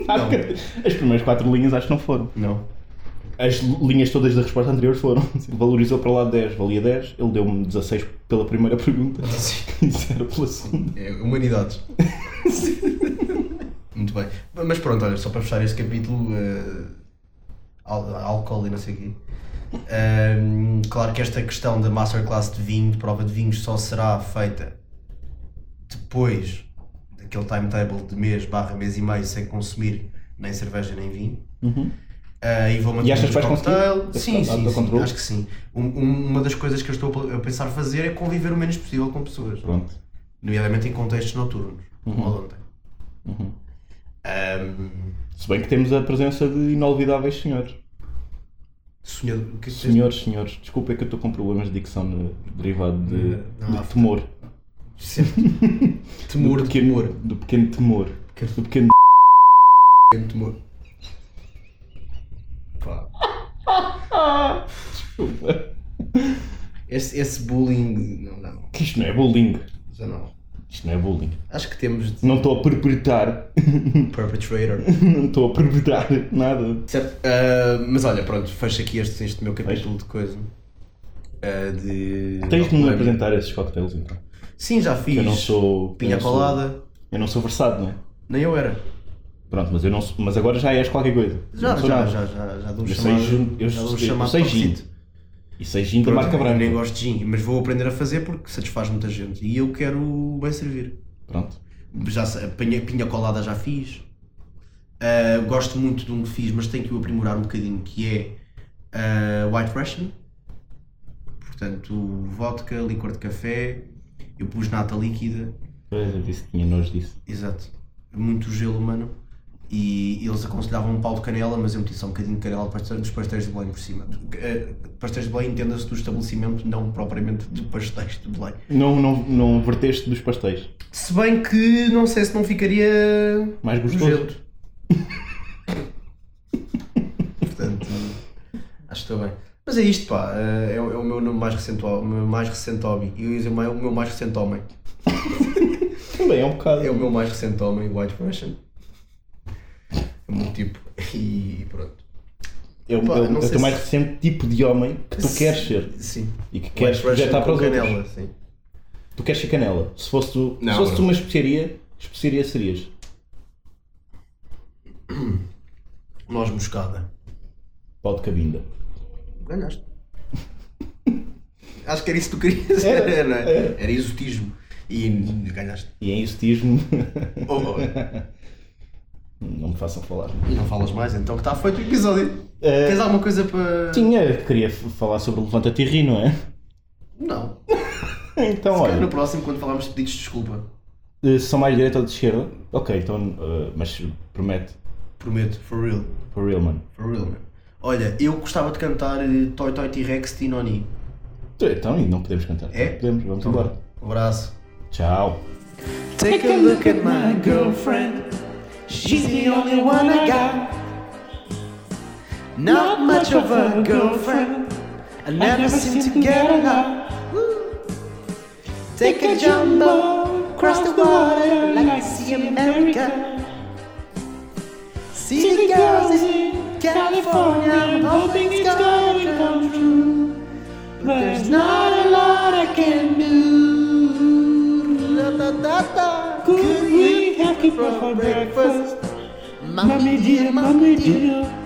[SPEAKER 4] Sabe que As primeiras quatro linhas acho que não foram.
[SPEAKER 3] Não.
[SPEAKER 4] As linhas todas da resposta anterior foram. Valorizou para lá 10, valia 10, ele deu-me 16 pela primeira pergunta e 0 pela segunda.
[SPEAKER 3] É humanidades. Muito bem. Mas pronto, olha, só para fechar este capítulo, eh, al- álcool e não sei o quê. Ahm, claro que esta questão da masterclass de vinho, de prova de vinhos, só será feita depois daquele timetable de mês barra mês e meio sem consumir nem cerveja nem vinho. Ah, e vou manter
[SPEAKER 4] Uhum. E achas
[SPEAKER 3] o
[SPEAKER 4] que vais
[SPEAKER 3] cocktail.
[SPEAKER 4] conseguir?
[SPEAKER 3] Sim,
[SPEAKER 4] Esse
[SPEAKER 3] sim,
[SPEAKER 4] auto-
[SPEAKER 3] sim,
[SPEAKER 4] autocontrole?
[SPEAKER 3] acho que sim. Um- um- uma das coisas que eu estou a pensar fazer é conviver o menos possível com pessoas é?
[SPEAKER 4] Pronto.
[SPEAKER 3] nomeadamente em contextos noturnos,
[SPEAKER 4] Uhum.
[SPEAKER 3] como o de ontem. Ahm,
[SPEAKER 4] Se bem que temos a presença de inolvidáveis senhores.
[SPEAKER 3] sonhador, o que é que tens?
[SPEAKER 4] Senhores, senhores, desculpa é que eu estou com problemas de dicção né, derivado de,
[SPEAKER 3] Não, não.
[SPEAKER 4] de temor.
[SPEAKER 3] Sempre. temor
[SPEAKER 4] do
[SPEAKER 3] de
[SPEAKER 4] pequeno,
[SPEAKER 3] temor.
[SPEAKER 4] Do pequeno temor. Do pequeno
[SPEAKER 3] Pequeno temor. Pá. Esse, esse bullying. Não, não.
[SPEAKER 4] Que isto não é bullying.
[SPEAKER 3] Já não.
[SPEAKER 4] Isto não é bullying.
[SPEAKER 3] Acho que temos de
[SPEAKER 4] Não estou a perpetrar.
[SPEAKER 3] perpetrator.
[SPEAKER 4] Não estou a perpetrar nada.
[SPEAKER 3] certo? Ah, mas olha, pronto, fecho aqui este, este meu capítulo de coisa.
[SPEAKER 6] eh, de.
[SPEAKER 4] Tens de me
[SPEAKER 6] alcoólico.
[SPEAKER 4] apresentar esses cocktails então.
[SPEAKER 3] Sim, já
[SPEAKER 4] Eu não
[SPEAKER 3] fiz.
[SPEAKER 4] sou. eu
[SPEAKER 3] Pinha
[SPEAKER 4] não sou-
[SPEAKER 3] colada.
[SPEAKER 4] Eu não sou versado, não é?
[SPEAKER 3] Nem eu era.
[SPEAKER 4] Pronto, mas, eu não sou- mas agora já és qualquer coisa.
[SPEAKER 3] Já,
[SPEAKER 4] Não sou
[SPEAKER 3] já,
[SPEAKER 4] nada.
[SPEAKER 3] já, já, já dou um
[SPEAKER 4] Eu sei
[SPEAKER 3] chamado.
[SPEAKER 4] gin- eu
[SPEAKER 3] já dou um
[SPEAKER 4] sei- eu
[SPEAKER 3] chamado
[SPEAKER 4] sei gin.
[SPEAKER 3] toquecito.
[SPEAKER 4] Isso é gin da
[SPEAKER 3] Pronto,
[SPEAKER 4] marca
[SPEAKER 3] eu Nem
[SPEAKER 4] branca.
[SPEAKER 3] gosto de gin, mas vou aprender a fazer porque satisfaz muita gente. E eu quero bem servir.
[SPEAKER 4] Pronto.
[SPEAKER 3] Já sei, pinha, pinha colada já fiz. Ah, gosto muito de um que fiz, mas tenho que o aprimorar um bocadinho, que é ah, White Russian. Portanto, vodka, licor de café. Eu pus nata líquida.
[SPEAKER 4] Pois eu disse que tinha nojo disso.
[SPEAKER 3] Exato. Muito gelo humano. E eles aconselhavam um pau de canela, mas eu meti só um bocadinho de canela para- dos pastéis de Belém por cima. Eh, Pastéis de Belém entenda-se do estabelecimento, não propriamente de pastéis de Belém.
[SPEAKER 4] Não, não, não verteste dos pastéis.
[SPEAKER 3] Se bem que não sei se não ficaria
[SPEAKER 4] Mais gostoso.
[SPEAKER 3] nojento. Portanto, acho que estou bem. Mas é isto, pá. Eh, É, o é o meu mais recente, ho- o meu mais recente hobby. Eu ia dizer o meu, o meu mais recente homem.
[SPEAKER 4] Também é um bocado.
[SPEAKER 3] É o meu mais recente homem, White Russian. É o meu tipo. E pronto.
[SPEAKER 4] É o
[SPEAKER 3] Pá,
[SPEAKER 4] é o-
[SPEAKER 3] não
[SPEAKER 4] é o
[SPEAKER 3] sei
[SPEAKER 4] teu mais
[SPEAKER 3] se-
[SPEAKER 4] recente tipo de homem que tu queres ser
[SPEAKER 3] Sim.
[SPEAKER 4] e que queres projetar
[SPEAKER 3] com
[SPEAKER 4] para os
[SPEAKER 3] canela,
[SPEAKER 4] outros.
[SPEAKER 3] sim.
[SPEAKER 4] Tu queres ser canela. Se fosse tu,
[SPEAKER 6] Não,
[SPEAKER 4] se fosse tu
[SPEAKER 6] não.
[SPEAKER 4] uma especiaria, que especiaria serias?
[SPEAKER 3] Noz moscada.
[SPEAKER 4] Pau de cabinda.
[SPEAKER 3] Ganhaste. Acho que era isso que tu querias.
[SPEAKER 4] Era,
[SPEAKER 3] era,
[SPEAKER 4] era.
[SPEAKER 3] era exotismo. E ganhaste.
[SPEAKER 4] E é em exotismo,
[SPEAKER 3] Oh, oh,
[SPEAKER 4] não me façam falar.
[SPEAKER 3] não falas mais, então que está feito o episódio.
[SPEAKER 4] Eh,
[SPEAKER 3] Tens alguma coisa para.
[SPEAKER 4] Tinha, queria f- falar sobre o Levanta-te e ri, não é?
[SPEAKER 3] Não.
[SPEAKER 4] Então,
[SPEAKER 3] Se calhar
[SPEAKER 4] olha,
[SPEAKER 3] no próximo, quando falarmos de pedidos de desculpa.
[SPEAKER 4] eh, são mais direita ou de esquerda? Ok, então, eh, mas promete,
[SPEAKER 3] Prometo, for real.
[SPEAKER 4] for real, mano.
[SPEAKER 3] For real, man. Olha, eu gostava de cantar eh, Toy Toy T-Rex Tinoni.
[SPEAKER 4] Então, e não podemos cantar.
[SPEAKER 3] É?
[SPEAKER 4] Podemos, vamos
[SPEAKER 7] Então.
[SPEAKER 4] embora.
[SPEAKER 3] Um abraço.
[SPEAKER 4] Tchau.
[SPEAKER 7] Take a look at my girlfriend. She's the only one I got. Not much of a girlfriend. I never seem to get enough. Take a jumbo across the water like I see America. See the girls in California. I'm hoping it's gonna come true. But there's not a lot I can do. La, da, da, da. Could we have people for breakfast? Mommy dear, mommy dear.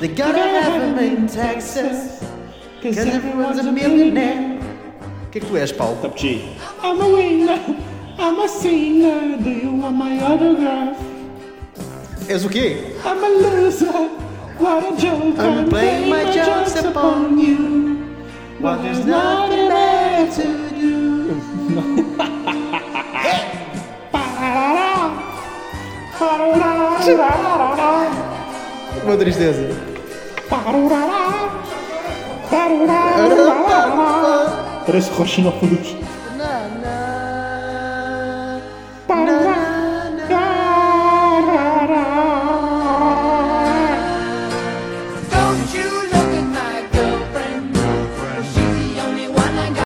[SPEAKER 7] They gotta have them in Texas. Cause everyone's a millionaire.
[SPEAKER 3] O que é que tu és, Paulo?
[SPEAKER 7] I'm a winner, I'm a singer. Do you want my autograph?
[SPEAKER 3] És o quê?
[SPEAKER 7] I'm a loser. What a joke.
[SPEAKER 8] I'm playing my jokes upon
[SPEAKER 7] you.
[SPEAKER 8] Well, there's nothing left to do.
[SPEAKER 3] Uma tristeza.
[SPEAKER 4] Parece roxinho ao fundo.